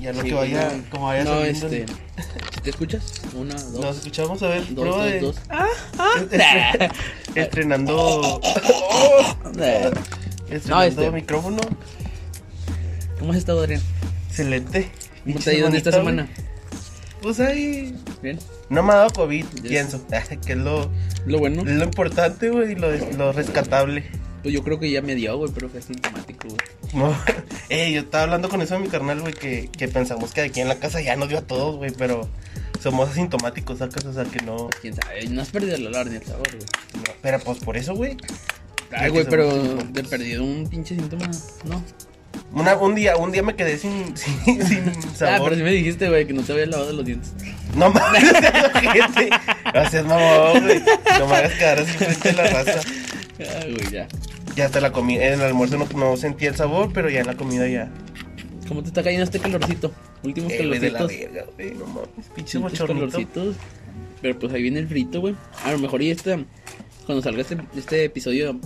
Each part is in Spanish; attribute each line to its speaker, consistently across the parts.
Speaker 1: Y a lo que vaya,
Speaker 2: no,
Speaker 1: como vaya
Speaker 2: No,
Speaker 1: saliendo
Speaker 2: este.
Speaker 1: el-
Speaker 2: si ¿Te escuchas? Una, dos.
Speaker 1: Nos escuchamos, a ver,
Speaker 2: dos,
Speaker 1: prueba
Speaker 2: dos,
Speaker 1: de.
Speaker 2: dos. Ah.
Speaker 1: Estre- Estrenando.
Speaker 2: Eh,
Speaker 1: Estrenando
Speaker 2: este-
Speaker 1: micrófono.
Speaker 2: ¿Cómo has estado, Adrián?
Speaker 1: Excelente.
Speaker 2: ¿Cómo te ha ido en
Speaker 1: Bonito,
Speaker 2: esta semana?
Speaker 1: Pues ahí.
Speaker 2: Bien.
Speaker 1: No me ha dado COVID,
Speaker 2: Ya
Speaker 1: pienso. Ah, que es lo,
Speaker 2: Lo bueno,
Speaker 1: es lo importante, güey, y lo, lo rescatable.
Speaker 2: pues yo creo que ya me dio, güey, pero fue sintomático, güey.
Speaker 1: No. Eh, yo estaba hablando con eso de mi carnal, güey, que, que pensamos que aquí en la casa ya nos dio a todos, güey, pero somos asintomáticos, sacas, o sea que no.
Speaker 2: Quién sabe, no has perdido el olor ni el sabor, güey.
Speaker 1: no. Pero pues por eso, güey. que
Speaker 2: Ay, güey,
Speaker 1: somos
Speaker 2: pero
Speaker 1: sintomáticos.
Speaker 2: de perdido un pinche síntoma, ¿no?
Speaker 1: Una- un día, un día me quedé sin, sin, sin
Speaker 2: Ah,
Speaker 1: sabor.
Speaker 2: pero sí me dijiste, güey, que no te había lavado los dientes.
Speaker 1: No mames, gente. Gracias, mamón, güey. No me hagas quedar así frente a la raza.
Speaker 2: Ah, güey, ya.
Speaker 1: Ya hasta la comida, en el almuerzo no, no sentí el sabor, pero ya en la comida ya.
Speaker 2: ¿Cómo te está cayendo este calorcito? Últimos
Speaker 1: Eh, güey, de la
Speaker 2: calorcitos.
Speaker 1: verga, güey, no mames. Pinche
Speaker 2: Pinches
Speaker 1: bochornito.
Speaker 2: calorcitos. Pero pues ahí viene el frito, güey. A lo mejor y este, cuando salga este, este episodio,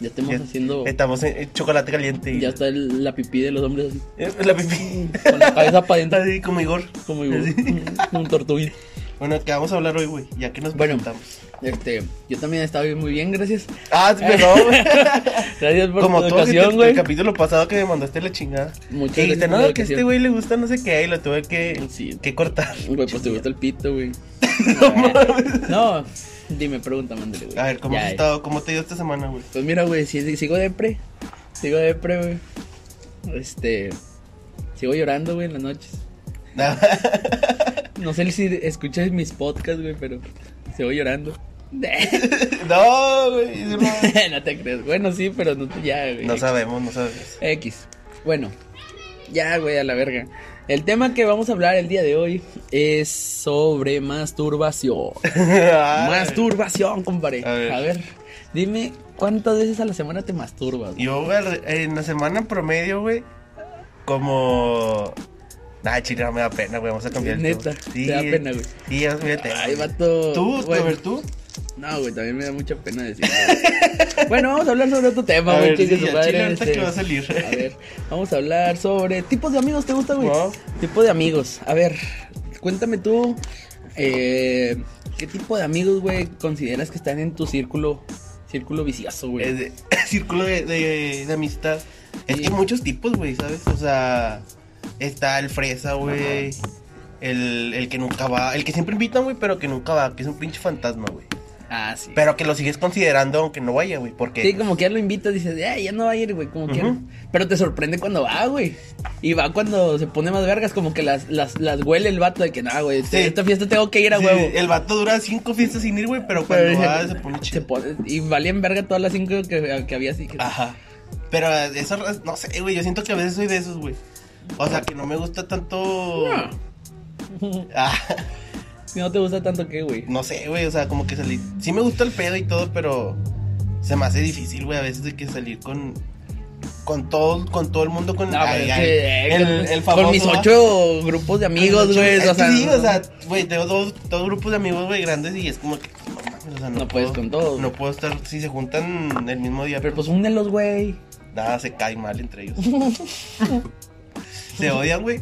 Speaker 2: ya estemos
Speaker 1: Ya-
Speaker 2: haciendo.
Speaker 1: Estamos en, en chocolate caliente.
Speaker 2: Ya está el- la pipí de los hombres así,
Speaker 1: Eh, La pipí.
Speaker 2: con la cabeza para adentro,
Speaker 1: Así como Igor.
Speaker 2: como igual, un tortuguín.
Speaker 1: Bueno, ¿qué vamos a hablar hoy, güey? Ya que nos
Speaker 2: Bueno.
Speaker 1: presentamos.
Speaker 2: Este, yo también estaba bien, muy bien, gracias.
Speaker 1: Ah, perdón, güey.
Speaker 2: Gracias por
Speaker 1: Como este
Speaker 2: tu
Speaker 1: tú, que
Speaker 2: educación,
Speaker 1: el, el
Speaker 2: güey.
Speaker 1: capítulo pasado que me mandaste la chingada.
Speaker 2: Muchas
Speaker 1: Que dijiste,
Speaker 2: gracias por
Speaker 1: no,
Speaker 2: la
Speaker 1: que a este
Speaker 2: educación".
Speaker 1: güey le gusta no sé qué, y lo tuve que,
Speaker 2: Sí.
Speaker 1: que cortar.
Speaker 2: Güey, pues te gusta el pito, güey. no, dime, pregúntame, ándale, güey.
Speaker 1: A ver, ¿cómo
Speaker 2: Ya,
Speaker 1: has
Speaker 2: eh.
Speaker 1: estado? ¿Cómo te dio esta semana, güey?
Speaker 2: Pues mira, güey, si, si- sigo depre. Sigo depre, güey. Este. Sigo llorando, güey, en las noches. No sé si escuchas mis podcasts, güey, pero sigo llorando.
Speaker 1: no, güey. no.
Speaker 2: no te crees. Bueno, sí, pero no te- ya, güey.
Speaker 1: No sabemos, no sabemos.
Speaker 2: X. Bueno, ya, güey, a la verga. El tema que vamos a hablar el día de hoy es sobre masturbación. masturbación, compadre.
Speaker 1: A
Speaker 2: A
Speaker 1: ver.
Speaker 2: ver. dime, ¿cuántas veces a la semana te masturbas? güey?
Speaker 1: Yo, güey, re- en la semana promedio, güey, como... Nah, chile, no me da pena, güey, vamos a cambiar el tema.
Speaker 2: Neta, te da pena, güey.
Speaker 1: Sí, ya cambiar el tema.
Speaker 2: Ay, vato.
Speaker 1: Tú,
Speaker 2: Bueno,
Speaker 1: a ver, tú.
Speaker 2: No, güey, también me da mucha pena decirlo. güey. bueno, vamos a hablar sobre otro tema,
Speaker 1: A
Speaker 2: güey,
Speaker 1: ver, sí,
Speaker 2: chingue su
Speaker 1: ya,
Speaker 2: madre,
Speaker 1: chile, ahorita
Speaker 2: este.
Speaker 1: que va a salir.
Speaker 2: A ver, vamos a hablar sobre tipos de amigos, ¿te gusta, güey?
Speaker 1: Wow.
Speaker 2: Tipo de amigos. A ver, cuéntame tú, eh, ¿qué tipo de amigos, güey, consideras que están en tu círculo, círculo vicioso, güey?
Speaker 1: Eh, de- círculo de, de- de amistad. Es
Speaker 2: Sí.
Speaker 1: que hay muchos tipos, güey, ¿sabes? O sea, está el fresa, güey. El, el que nunca va, el que siempre invitan, güey, pero que nunca va, que es un pinche fantasma, güey.
Speaker 2: Ah, sí.
Speaker 1: Pero que lo sigues considerando aunque no vaya, güey, porque...
Speaker 2: Sí, como que ya lo invitas, dices, "Ay, ya no va a ir, güey, como
Speaker 1: Ujú.
Speaker 2: que ya no". Pero te sorprende cuando va, güey. Y va cuando se pone más vergas, como que las, las, las huele el vato de que, no, güey,
Speaker 1: Sí.
Speaker 2: esta fiesta tengo que ir a
Speaker 1: Sí,
Speaker 2: huevo.
Speaker 1: el vato dura cinco fiestas sin ir, güey, pero
Speaker 2: Pero
Speaker 1: cuando
Speaker 2: dice,
Speaker 1: va se pone chido. Ah.
Speaker 2: se pone- y valían verga todas las cinco que, que había así. que-
Speaker 1: Ajá. Pero eso, no sé, güey, yo siento que a veces soy de esos, güey. O sea, que no me gusta tanto...
Speaker 2: No.
Speaker 1: Ah.
Speaker 2: Si no te gusta tanto que, güey.
Speaker 1: No sé, güey, o sea, como que salir. Sí me gusta el pedo y todo, pero se me hace difícil, güey, a veces de que salir con. Con todo, con todo el mundo, con.
Speaker 2: No,
Speaker 1: ay,
Speaker 2: pero es
Speaker 1: ay,
Speaker 2: que, eh,
Speaker 1: el,
Speaker 2: con-
Speaker 1: el famoso.
Speaker 2: Con mis
Speaker 1: ¿va?
Speaker 2: ocho grupos de amigos, güey.
Speaker 1: Es
Speaker 2: O
Speaker 1: que
Speaker 2: sea,
Speaker 1: sí,
Speaker 2: no-
Speaker 1: o sea, güey, tengo dos, dos grupos de amigos, güey, grandes y es como que. pues, No, mames, o sea, no,
Speaker 2: No puedes
Speaker 1: puedo-
Speaker 2: con todos.
Speaker 1: No puedo estar. Si se juntan el mismo día,
Speaker 2: Pero pues únelos, güey.
Speaker 1: nada, se cae mal entre ellos. se odian, güey.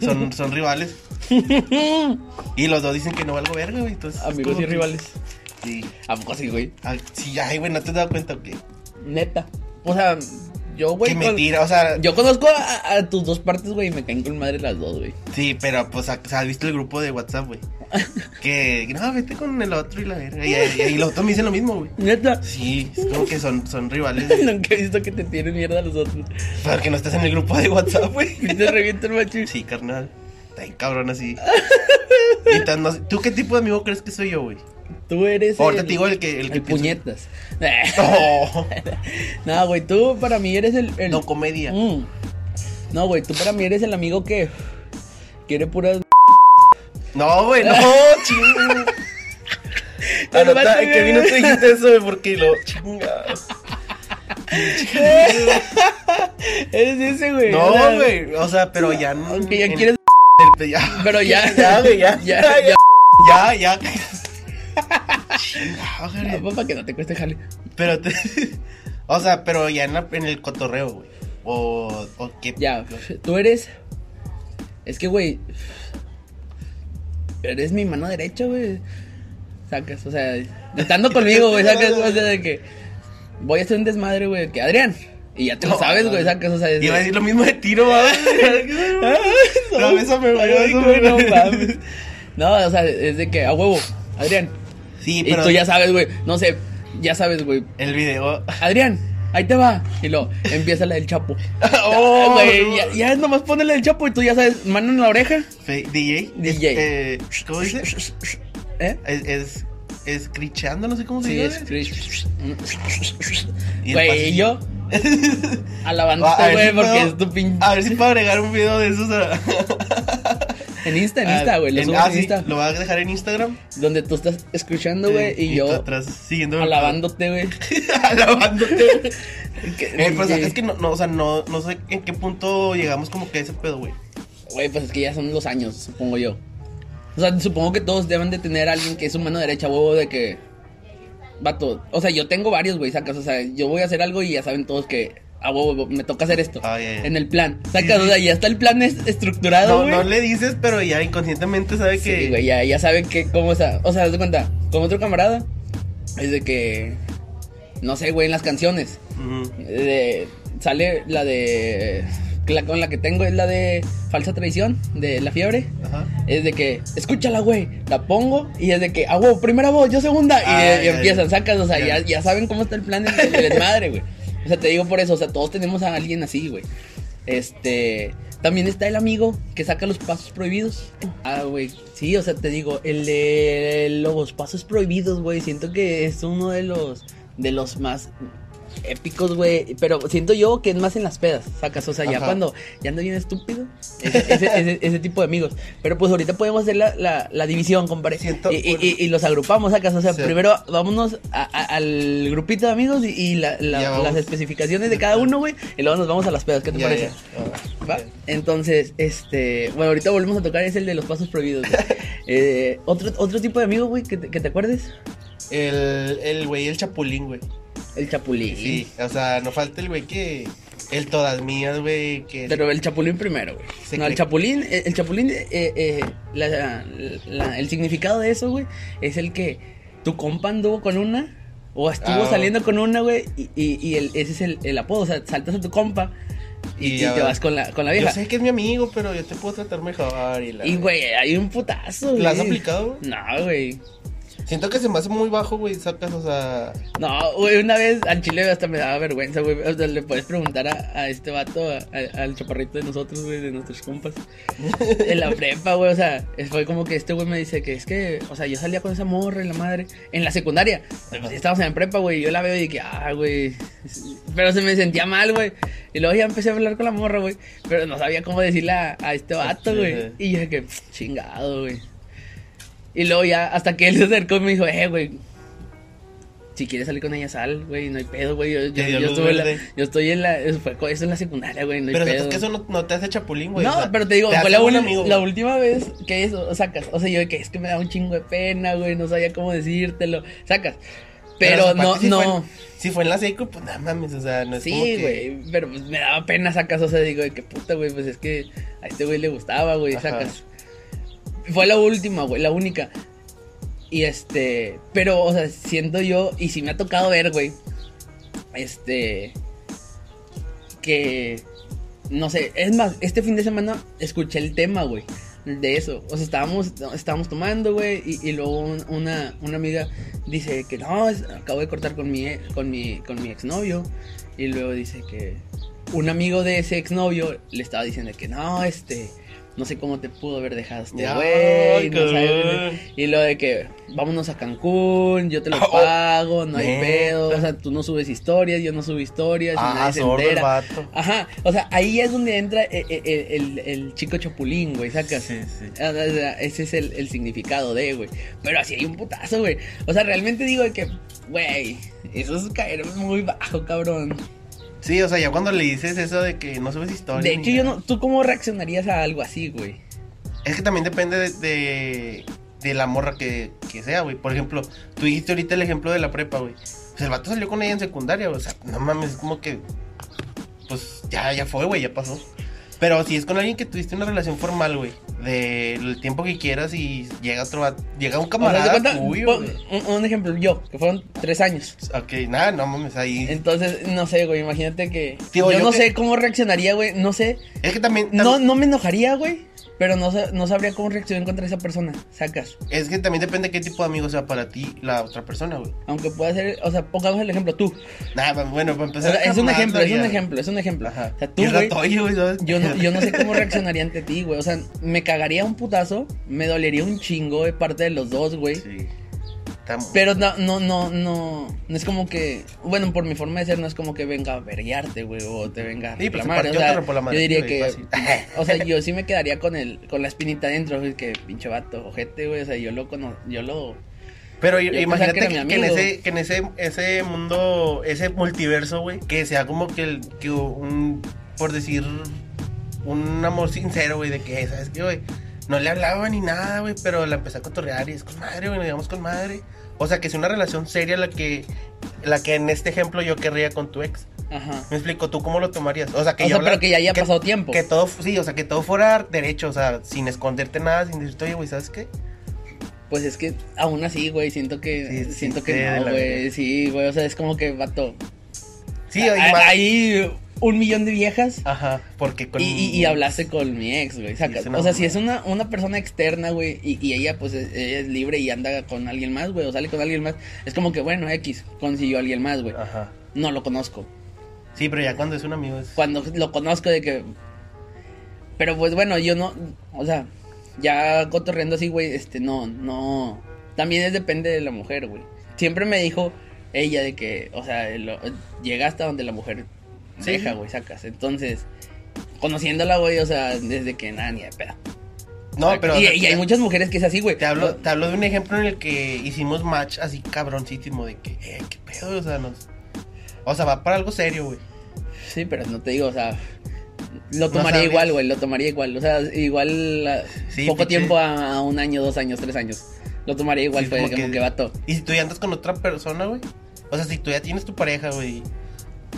Speaker 1: Son, son rivales. Y los dos dicen que no valgo verga, güey. entonces es
Speaker 2: Amigos
Speaker 1: como
Speaker 2: y
Speaker 1: que-
Speaker 2: rivales.
Speaker 1: Sí.
Speaker 2: ¿A poco sí, güey?
Speaker 1: Ay, sí, ay, güey, ¿no te has dado cuenta o qué?
Speaker 2: Neta. O sea, yo, güey.
Speaker 1: que
Speaker 2: con-
Speaker 1: mentira, o sea,
Speaker 2: Yo conozco a, a tus dos partes, güey, y me caen con madre las dos, güey.
Speaker 1: sí, pero pues, o sea, ¿has visto el grupo de WhatsApp, güey? que, no, vete con el otro y la verga, y, y, y los otros me dicen lo mismo, güey.
Speaker 2: Neta.
Speaker 1: Sí, es como que son, son rivales, güey,
Speaker 2: Nunca he visto que te tienen mierda los otros.
Speaker 1: porque no estás en el grupo de WhatsApp, güey.
Speaker 2: Y te reviento el macho.
Speaker 1: Sí, carnal, está bien cabrón así. Y tan- no sé, ¿Tú qué tipo de amigo crees que soy yo, güey?
Speaker 2: Tú eres.
Speaker 1: Ahorita
Speaker 2: el-
Speaker 1: te digo el que... El,
Speaker 2: El,
Speaker 1: que pienso-
Speaker 2: puñetas.
Speaker 1: No,
Speaker 2: No, güey, tú para mí eres el. el-
Speaker 1: no comedia.
Speaker 2: Mm. No, güey, tú para mí eres el amigo que quiere puras.
Speaker 1: No, güey, no, chingo.
Speaker 2: El vato
Speaker 1: Anota, ¿en qué
Speaker 2: viene-
Speaker 1: minuto dijiste eso, güey? Porque lo chingas.
Speaker 2: Eres ese, güey.
Speaker 1: No,
Speaker 2: o sea,
Speaker 1: güey. O sea, pero ya no.
Speaker 2: Aunque ya
Speaker 1: en-
Speaker 2: quieres.
Speaker 1: el- ya.
Speaker 2: Pero ya.
Speaker 1: Ya, güey, ya.
Speaker 2: Ya,
Speaker 1: Ya,
Speaker 2: ya.
Speaker 1: Ya, ya. Chingado,
Speaker 2: Ah,
Speaker 1: güey.
Speaker 2: papá, que no te cueste jale.
Speaker 1: Pero te. O sea, pero ya en, la- en el cotorreo, güey. O, o qué.
Speaker 2: Ya, tú eres Es que, güey. Eres mi mano derecha, güey. Sacas, o sea, estando conmigo, güey, sacas, o sea, de que voy a hacer un desmadre, güey, que Adrián. Y ya tú lo
Speaker 1: No,
Speaker 2: sabes,
Speaker 1: no,
Speaker 2: güey,
Speaker 1: no.
Speaker 2: sacas, o sea, es
Speaker 1: Iba a
Speaker 2: de-
Speaker 1: decir lo mismo de tiro, va.
Speaker 2: Ay,
Speaker 1: No, bésame, güey,
Speaker 2: ay,
Speaker 1: bésame,
Speaker 2: güey,
Speaker 1: güey.
Speaker 2: No, mames. No, o sea, es de que a huevo, Adrián.
Speaker 1: Sí,
Speaker 2: Y
Speaker 1: pero
Speaker 2: tú ya sabes, güey, no sé, ya sabes, güey.
Speaker 1: el video.
Speaker 2: Adrián, ahí te va. Y lo empieza la del Chapo. Ah,
Speaker 1: Oh,
Speaker 2: Güey,
Speaker 1: no.
Speaker 2: ya, ya es nomás ponele el Chapo y tú ya sabes, mano en la oreja,
Speaker 1: Fe- DJ.
Speaker 2: DJ.
Speaker 1: Eh, ¿Cómo dice? Es,
Speaker 2: ¿eh?
Speaker 1: es, es crichando, no sé cómo se
Speaker 2: Sí,
Speaker 1: dice.
Speaker 2: es Chris.
Speaker 1: ¿eh? Y el
Speaker 2: Güey, y
Speaker 1: pasillo.
Speaker 2: yo alabándote,
Speaker 1: A ver
Speaker 2: güey,
Speaker 1: si
Speaker 2: porque
Speaker 1: puedo- Ah,
Speaker 2: es tu pinche.
Speaker 1: A ver si puedo agregar un video de esos. a-
Speaker 2: En Insta, en Insta,
Speaker 1: al-
Speaker 2: güey, lo
Speaker 1: en-
Speaker 2: subo
Speaker 1: ah,
Speaker 2: en
Speaker 1: sí,
Speaker 2: Insta.
Speaker 1: Lo vas a dejar en Instagram. eh,
Speaker 2: Donde tú estás escuchando,
Speaker 1: Sí,
Speaker 2: güey, y
Speaker 1: tú
Speaker 2: yo
Speaker 1: atrás, siguiendo.
Speaker 2: alabándote, güey.
Speaker 1: Alabándote.
Speaker 2: Que-
Speaker 1: Eh, pero
Speaker 2: que-
Speaker 1: es que no, no, o sea, no, no sé en qué punto llegamos como que a ese pedo, güey.
Speaker 2: Güey, pues es que ya son los años, supongo yo. O sea, supongo que todos deben de tener a alguien que es su mano derecha, huevo, de que. Vato. O sea, yo tengo varios, güey, sacas. O sea, yo voy a hacer algo y ya saben todos que. A huevo, me toca hacer esto.
Speaker 1: Ah, ya, ya.
Speaker 2: En el plan. Sacas,
Speaker 1: Sí, sí.
Speaker 2: o sea, ya está el plan es estructurado,
Speaker 1: No,
Speaker 2: güey.
Speaker 1: no le dices, pero ya inconscientemente sabe que.
Speaker 2: Sí, güey, ya, ya saben que cómo está. O sea, haz de cuenta, con otro camarada, es de que. No sé, güey, en las canciones.
Speaker 1: Ujú.
Speaker 2: de- sale la de. La, con la que tengo es la de Falsa Traición, de La Fiebre.
Speaker 1: Ajá.
Speaker 2: Es de que, escúchala, güey, la pongo y es de que, ah, wow, primera voz, yo segunda. Y,
Speaker 1: Ah,
Speaker 2: eh, y
Speaker 1: ya,
Speaker 2: empiezan,
Speaker 1: ya.
Speaker 2: sacas, o sea, ya,
Speaker 1: Ya.
Speaker 2: ya saben cómo está el plan del del desmadre, güey. O sea, te digo por eso, o sea, todos tenemos a alguien así, güey. Este, también está el amigo que saca los pasos prohibidos. Ah, güey, sí, o sea, te digo, el de los pasos prohibidos, güey, siento que es uno de los, de los más épicos, güey. Pero siento yo que es más en las pedas, sacas. O sea, ya
Speaker 1: Ajá.
Speaker 2: cuando ya ando bien estúpido. Ese, ese- ese- ese tipo de amigos. Pero pues ahorita podemos hacer la, la- la división, compadre.
Speaker 1: Siento
Speaker 2: y, y-
Speaker 1: un-
Speaker 2: y- y los agrupamos, sacas. O sea,
Speaker 1: Sí.
Speaker 2: primero vámonos a- a- al grupito de amigos y, y la- la-
Speaker 1: Ya vamos.
Speaker 2: las especificaciones de cada uno, güey. Y luego nos vamos a las pedas. ¿Qué te
Speaker 1: Ya,
Speaker 2: parece?
Speaker 1: ya. Ah,
Speaker 2: ¿Va?
Speaker 1: bien.
Speaker 2: Entonces, este. Bueno, ahorita volvemos a tocar, es el de los pasos prohibidos. güey. Eh, ¿otro, otro tipo de amigo, güey, que te, que te acuerdes.
Speaker 1: El, el güey, el chapulín, güey.
Speaker 2: El chapulín.
Speaker 1: Sí, o sea, no falta el güey que. El todas mías, güey, que.
Speaker 2: Pero el chapulín primero, güey.
Speaker 1: Se
Speaker 2: No, el
Speaker 1: cree.
Speaker 2: chapulín, eh, el chapulín, eh, eh, la- la- la- el significado de eso, güey, es el que tu compa anduvo con una o estuvo
Speaker 1: Ah.
Speaker 2: saliendo con una, güey, y, y- y el- ese es el, el apodo, o sea, saltas a tu compa y,
Speaker 1: Y
Speaker 2: y
Speaker 1: ya
Speaker 2: te
Speaker 1: va.
Speaker 2: vas con la, con la
Speaker 1: Yo
Speaker 2: vieja.
Speaker 1: sé que es mi amigo, pero yo te puedo tratar mejor. Y, la,
Speaker 2: Y, güey, hay un putazo, güey.
Speaker 1: ¿La has aplicado, güey?
Speaker 2: No, güey.
Speaker 1: Siento que se me hace muy bajo, güey, sacas, o sea.
Speaker 2: No, güey, una vez al chile hasta me daba vergüenza, güey. O sea, le puedes preguntar a, a este vato, a- a- al chaparrito de nosotros, güey, de nuestros compas. En la prepa, güey, o sea, es- fue como que este güey me dice que es que, o sea, yo salía con esa morra y la madre. En la secundaria, Pues, estábamos en prepa, güey, yo la veo y dije, ah, güey. Pero se me sentía mal, güey. Y luego ya empecé a hablar con la morra, güey. Pero no sabía cómo decirle a, a este vato, güey. Y yo dije, chingado, güey. Y luego ya, hasta que él se acercó y me dijo, eh, güey, si quieres salir con ella, sal, güey, no hay pedo, güey. Yo, yo,
Speaker 1: Te dio
Speaker 2: yo
Speaker 1: luz
Speaker 2: estuve en la-
Speaker 1: verde.
Speaker 2: yo estoy en la. Eso, fue, eso es la secundaria, güey, no hay
Speaker 1: pero
Speaker 2: pedo.
Speaker 1: sacas que eso no, no te hace chapulín, güey.
Speaker 2: no,
Speaker 1: o sea,
Speaker 2: pero te digo,
Speaker 1: hace
Speaker 2: fue la,
Speaker 1: buen
Speaker 2: ul-
Speaker 1: amigo,
Speaker 2: la
Speaker 1: güey.
Speaker 2: última vez que eso, sacas. O sea, yo de que es que me da un chingo de pena, güey, no sabía cómo decírtelo, sacas. Pero,
Speaker 1: aparte,
Speaker 2: no,
Speaker 1: si
Speaker 2: no.
Speaker 1: Fue, en- si fue en la seco, pues nada mames, o sea, no es como
Speaker 2: Sí,
Speaker 1: que-
Speaker 2: güey, pero pues me daba pena sacas, o sea, digo, de qué puta, güey, pues es que a este güey le gustaba, güey,
Speaker 1: Ajá.
Speaker 2: sacas. Fue la última, güey, la única. Y este, pero, o sea, siento yo, y si me ha tocado ver, güey, este, que, no sé, es más, este fin de semana escuché el tema, güey, de eso. O sea, estábamos, estábamos tomando, güey, y, y luego un- una, una amiga dice que no, es- acabo de cortar con mi, con mi, con mi exnovio. Y luego dice que un amigo de ese exnovio le estaba diciendo que no, este, no sé cómo te pudo haber dejado este
Speaker 1: Ay,
Speaker 2: güey. no
Speaker 1: cabrón.
Speaker 2: sabes". y lo de que vámonos a Cancún, yo te lo
Speaker 1: Oh.
Speaker 2: pago, no hay
Speaker 1: Neta.
Speaker 2: pedo. O sea, tú no subes historias, yo no subo historias. y
Speaker 1: Ah,
Speaker 2: nadie se
Speaker 1: sordo el
Speaker 2: entera.
Speaker 1: vato.
Speaker 2: Ajá, o sea, ahí es donde entra e- e- e- el, el chico chapulín, güey, sacas.
Speaker 1: Sí, sí.
Speaker 2: Ah, O sea, Ese es el, el significado de, güey. Pero así hay un putazo, güey. O sea, realmente digo de que, güey, eso es caer muy bajo, cabrón.
Speaker 1: Sí, o sea, ya cuando le dices eso de que no subes historia.
Speaker 2: De
Speaker 1: ni
Speaker 2: hecho, yo
Speaker 1: nada.
Speaker 2: no, ¿tú cómo reaccionarías a algo así, güey?
Speaker 1: Es que también depende de, de, de la morra que, que sea, güey. Por ejemplo, tú dijiste ahorita el ejemplo de la prepa, güey. Pues el vato salió con ella en secundaria, güey. o sea, no mames, es como que. Pues ya, ya fue, güey, ya pasó. Pero si es con alguien que tuviste una relación formal, güey, del tiempo que quieras y llega otro vato- llega un
Speaker 2: O sea, ¿te
Speaker 1: camarada
Speaker 2: cuenta?
Speaker 1: tuyo,
Speaker 2: Pon-
Speaker 1: güey.
Speaker 2: un, un ejemplo, yo, que fueron tres años.
Speaker 1: Ok, nada, no mames, ahí.
Speaker 2: Entonces, no sé, güey, imagínate que.
Speaker 1: Digo,
Speaker 2: yo,
Speaker 1: yo
Speaker 2: no
Speaker 1: que-
Speaker 2: sé cómo reaccionaría, güey. No sé.
Speaker 1: Es que también, tam-
Speaker 2: No, no me enojaría, güey. Pero no, sa- no sabría cómo reaccionar contra esa persona. Sacas.
Speaker 1: es que también depende de qué tipo de amigo sea para ti la otra persona, güey.
Speaker 2: Aunque pueda ser. O sea, pongamos el ejemplo, tú.
Speaker 1: Nada, bueno, para
Speaker 2: O
Speaker 1: empezar.
Speaker 2: sea, es un
Speaker 1: Pues jamás
Speaker 2: ejemplo,
Speaker 1: lo
Speaker 2: es un
Speaker 1: haría,
Speaker 2: ejemplo, es un ejemplo.
Speaker 1: güey. Ajá.
Speaker 2: O sea, tú,
Speaker 1: Y el
Speaker 2: güey.
Speaker 1: ratoyo, güey, ¿sabes?
Speaker 2: Yo no, yo no sé cómo reaccionaría ante ti, güey. O sea, me cagaría un putazo. Me dolería un chingo de parte de los dos, güey.
Speaker 1: Sí. Está muy-
Speaker 2: Pero no, no, no, no, no es como que, bueno, por mi forma de ser, no es como que venga a verguearte, güey, o te venga a
Speaker 1: Sí, pues,
Speaker 2: reclamar.
Speaker 1: aparte,
Speaker 2: o
Speaker 1: yo
Speaker 2: sea,
Speaker 1: te rompo la madre,
Speaker 2: yo diría
Speaker 1: güey,
Speaker 2: que,
Speaker 1: fácil.
Speaker 2: o sea, yo sí me quedaría con el, con la espinita adentro, güey, que pinche vato, ojete, güey, o sea, yo lo cono, yo lo,
Speaker 1: Pero
Speaker 2: pensaba
Speaker 1: imagínate
Speaker 2: que era
Speaker 1: que,
Speaker 2: mi
Speaker 1: que en
Speaker 2: amigo.
Speaker 1: ese, que en ese, ese mundo, ese multiverso, güey, que sea como que, el, que un, por decir, un amor sincero, güey, de que, ¿sabes qué, güey? No le hablaba ni nada, güey, pero la empecé a cotorrear y es con madre, güey, nos llevamos con madre. O sea, que es una relación seria la que, la que en este ejemplo yo querría con tu ex.
Speaker 2: ajá,
Speaker 1: Me explico, ¿tú cómo lo tomarías? O sea, que
Speaker 2: o
Speaker 1: yo
Speaker 2: sea,
Speaker 1: la-
Speaker 2: pero que ya haya
Speaker 1: que-
Speaker 2: pasado tiempo,
Speaker 1: Que todo, sí, o sea, que todo fuera derecho, o sea, sin esconderte nada, sin decirte, oye, güey, ¿sabes qué?
Speaker 2: pues es que aún así, güey, siento que,
Speaker 1: Sí, sí,
Speaker 2: siento
Speaker 1: sí,
Speaker 2: que
Speaker 1: de
Speaker 2: no,
Speaker 1: la
Speaker 2: güey,
Speaker 1: verga.
Speaker 2: sí, güey, o sea, es como que, vato,
Speaker 1: Sí,
Speaker 2: hay,
Speaker 1: oye, más-
Speaker 2: hay un millón de viejas,
Speaker 1: Ajá, porque con...
Speaker 2: Y, y, y hablaste con mi ex, güey. saca.
Speaker 1: Es una
Speaker 2: o sea, si
Speaker 1: mamada.
Speaker 2: es una, una persona externa, güey, y, y ella, pues, es, ella es libre y anda con alguien más, güey, o sale con alguien más, es como que, bueno, X, consiguió a alguien más, güey.
Speaker 1: Ajá.
Speaker 2: No lo conozco.
Speaker 1: Sí, pero ya cuando es un amigo es...
Speaker 2: Cuando lo conozco, de que. Pero pues bueno, yo no. O sea, ya cotorreando así, güey, este, no, no. También es depende de la mujer, güey. Siempre me dijo ella de que, o sea, lo- llega hasta donde la mujer
Speaker 1: Sí,
Speaker 2: deja,
Speaker 1: sí.
Speaker 2: güey, sacas. Entonces, conociéndola, güey, o sea, desde que nada, ni de pedo.
Speaker 1: No, pero...
Speaker 2: Y,
Speaker 1: o sea,
Speaker 2: y hay muchas mujeres que es así, güey.
Speaker 1: Te hablo, te hablo de un ejemplo en el que hicimos match así cabroncísimo de que, eh, qué pedo, o sea, nos... O sea, va para algo serio, güey.
Speaker 2: Sí, pero no te digo, o sea. Lo
Speaker 1: No
Speaker 2: tomaría
Speaker 1: sabrías.
Speaker 2: igual, güey, lo tomaría igual. O sea, igual a-
Speaker 1: Sí,
Speaker 2: poco
Speaker 1: pinche-
Speaker 2: tiempo a, a un año, dos años, tres años. Lo tomaría igual,
Speaker 1: Sí,
Speaker 2: pues,
Speaker 1: como
Speaker 2: como,
Speaker 1: que-
Speaker 2: que vato.
Speaker 1: Y si tú ya andas con otra persona, güey. O sea, si tú ya tienes tu pareja, güey.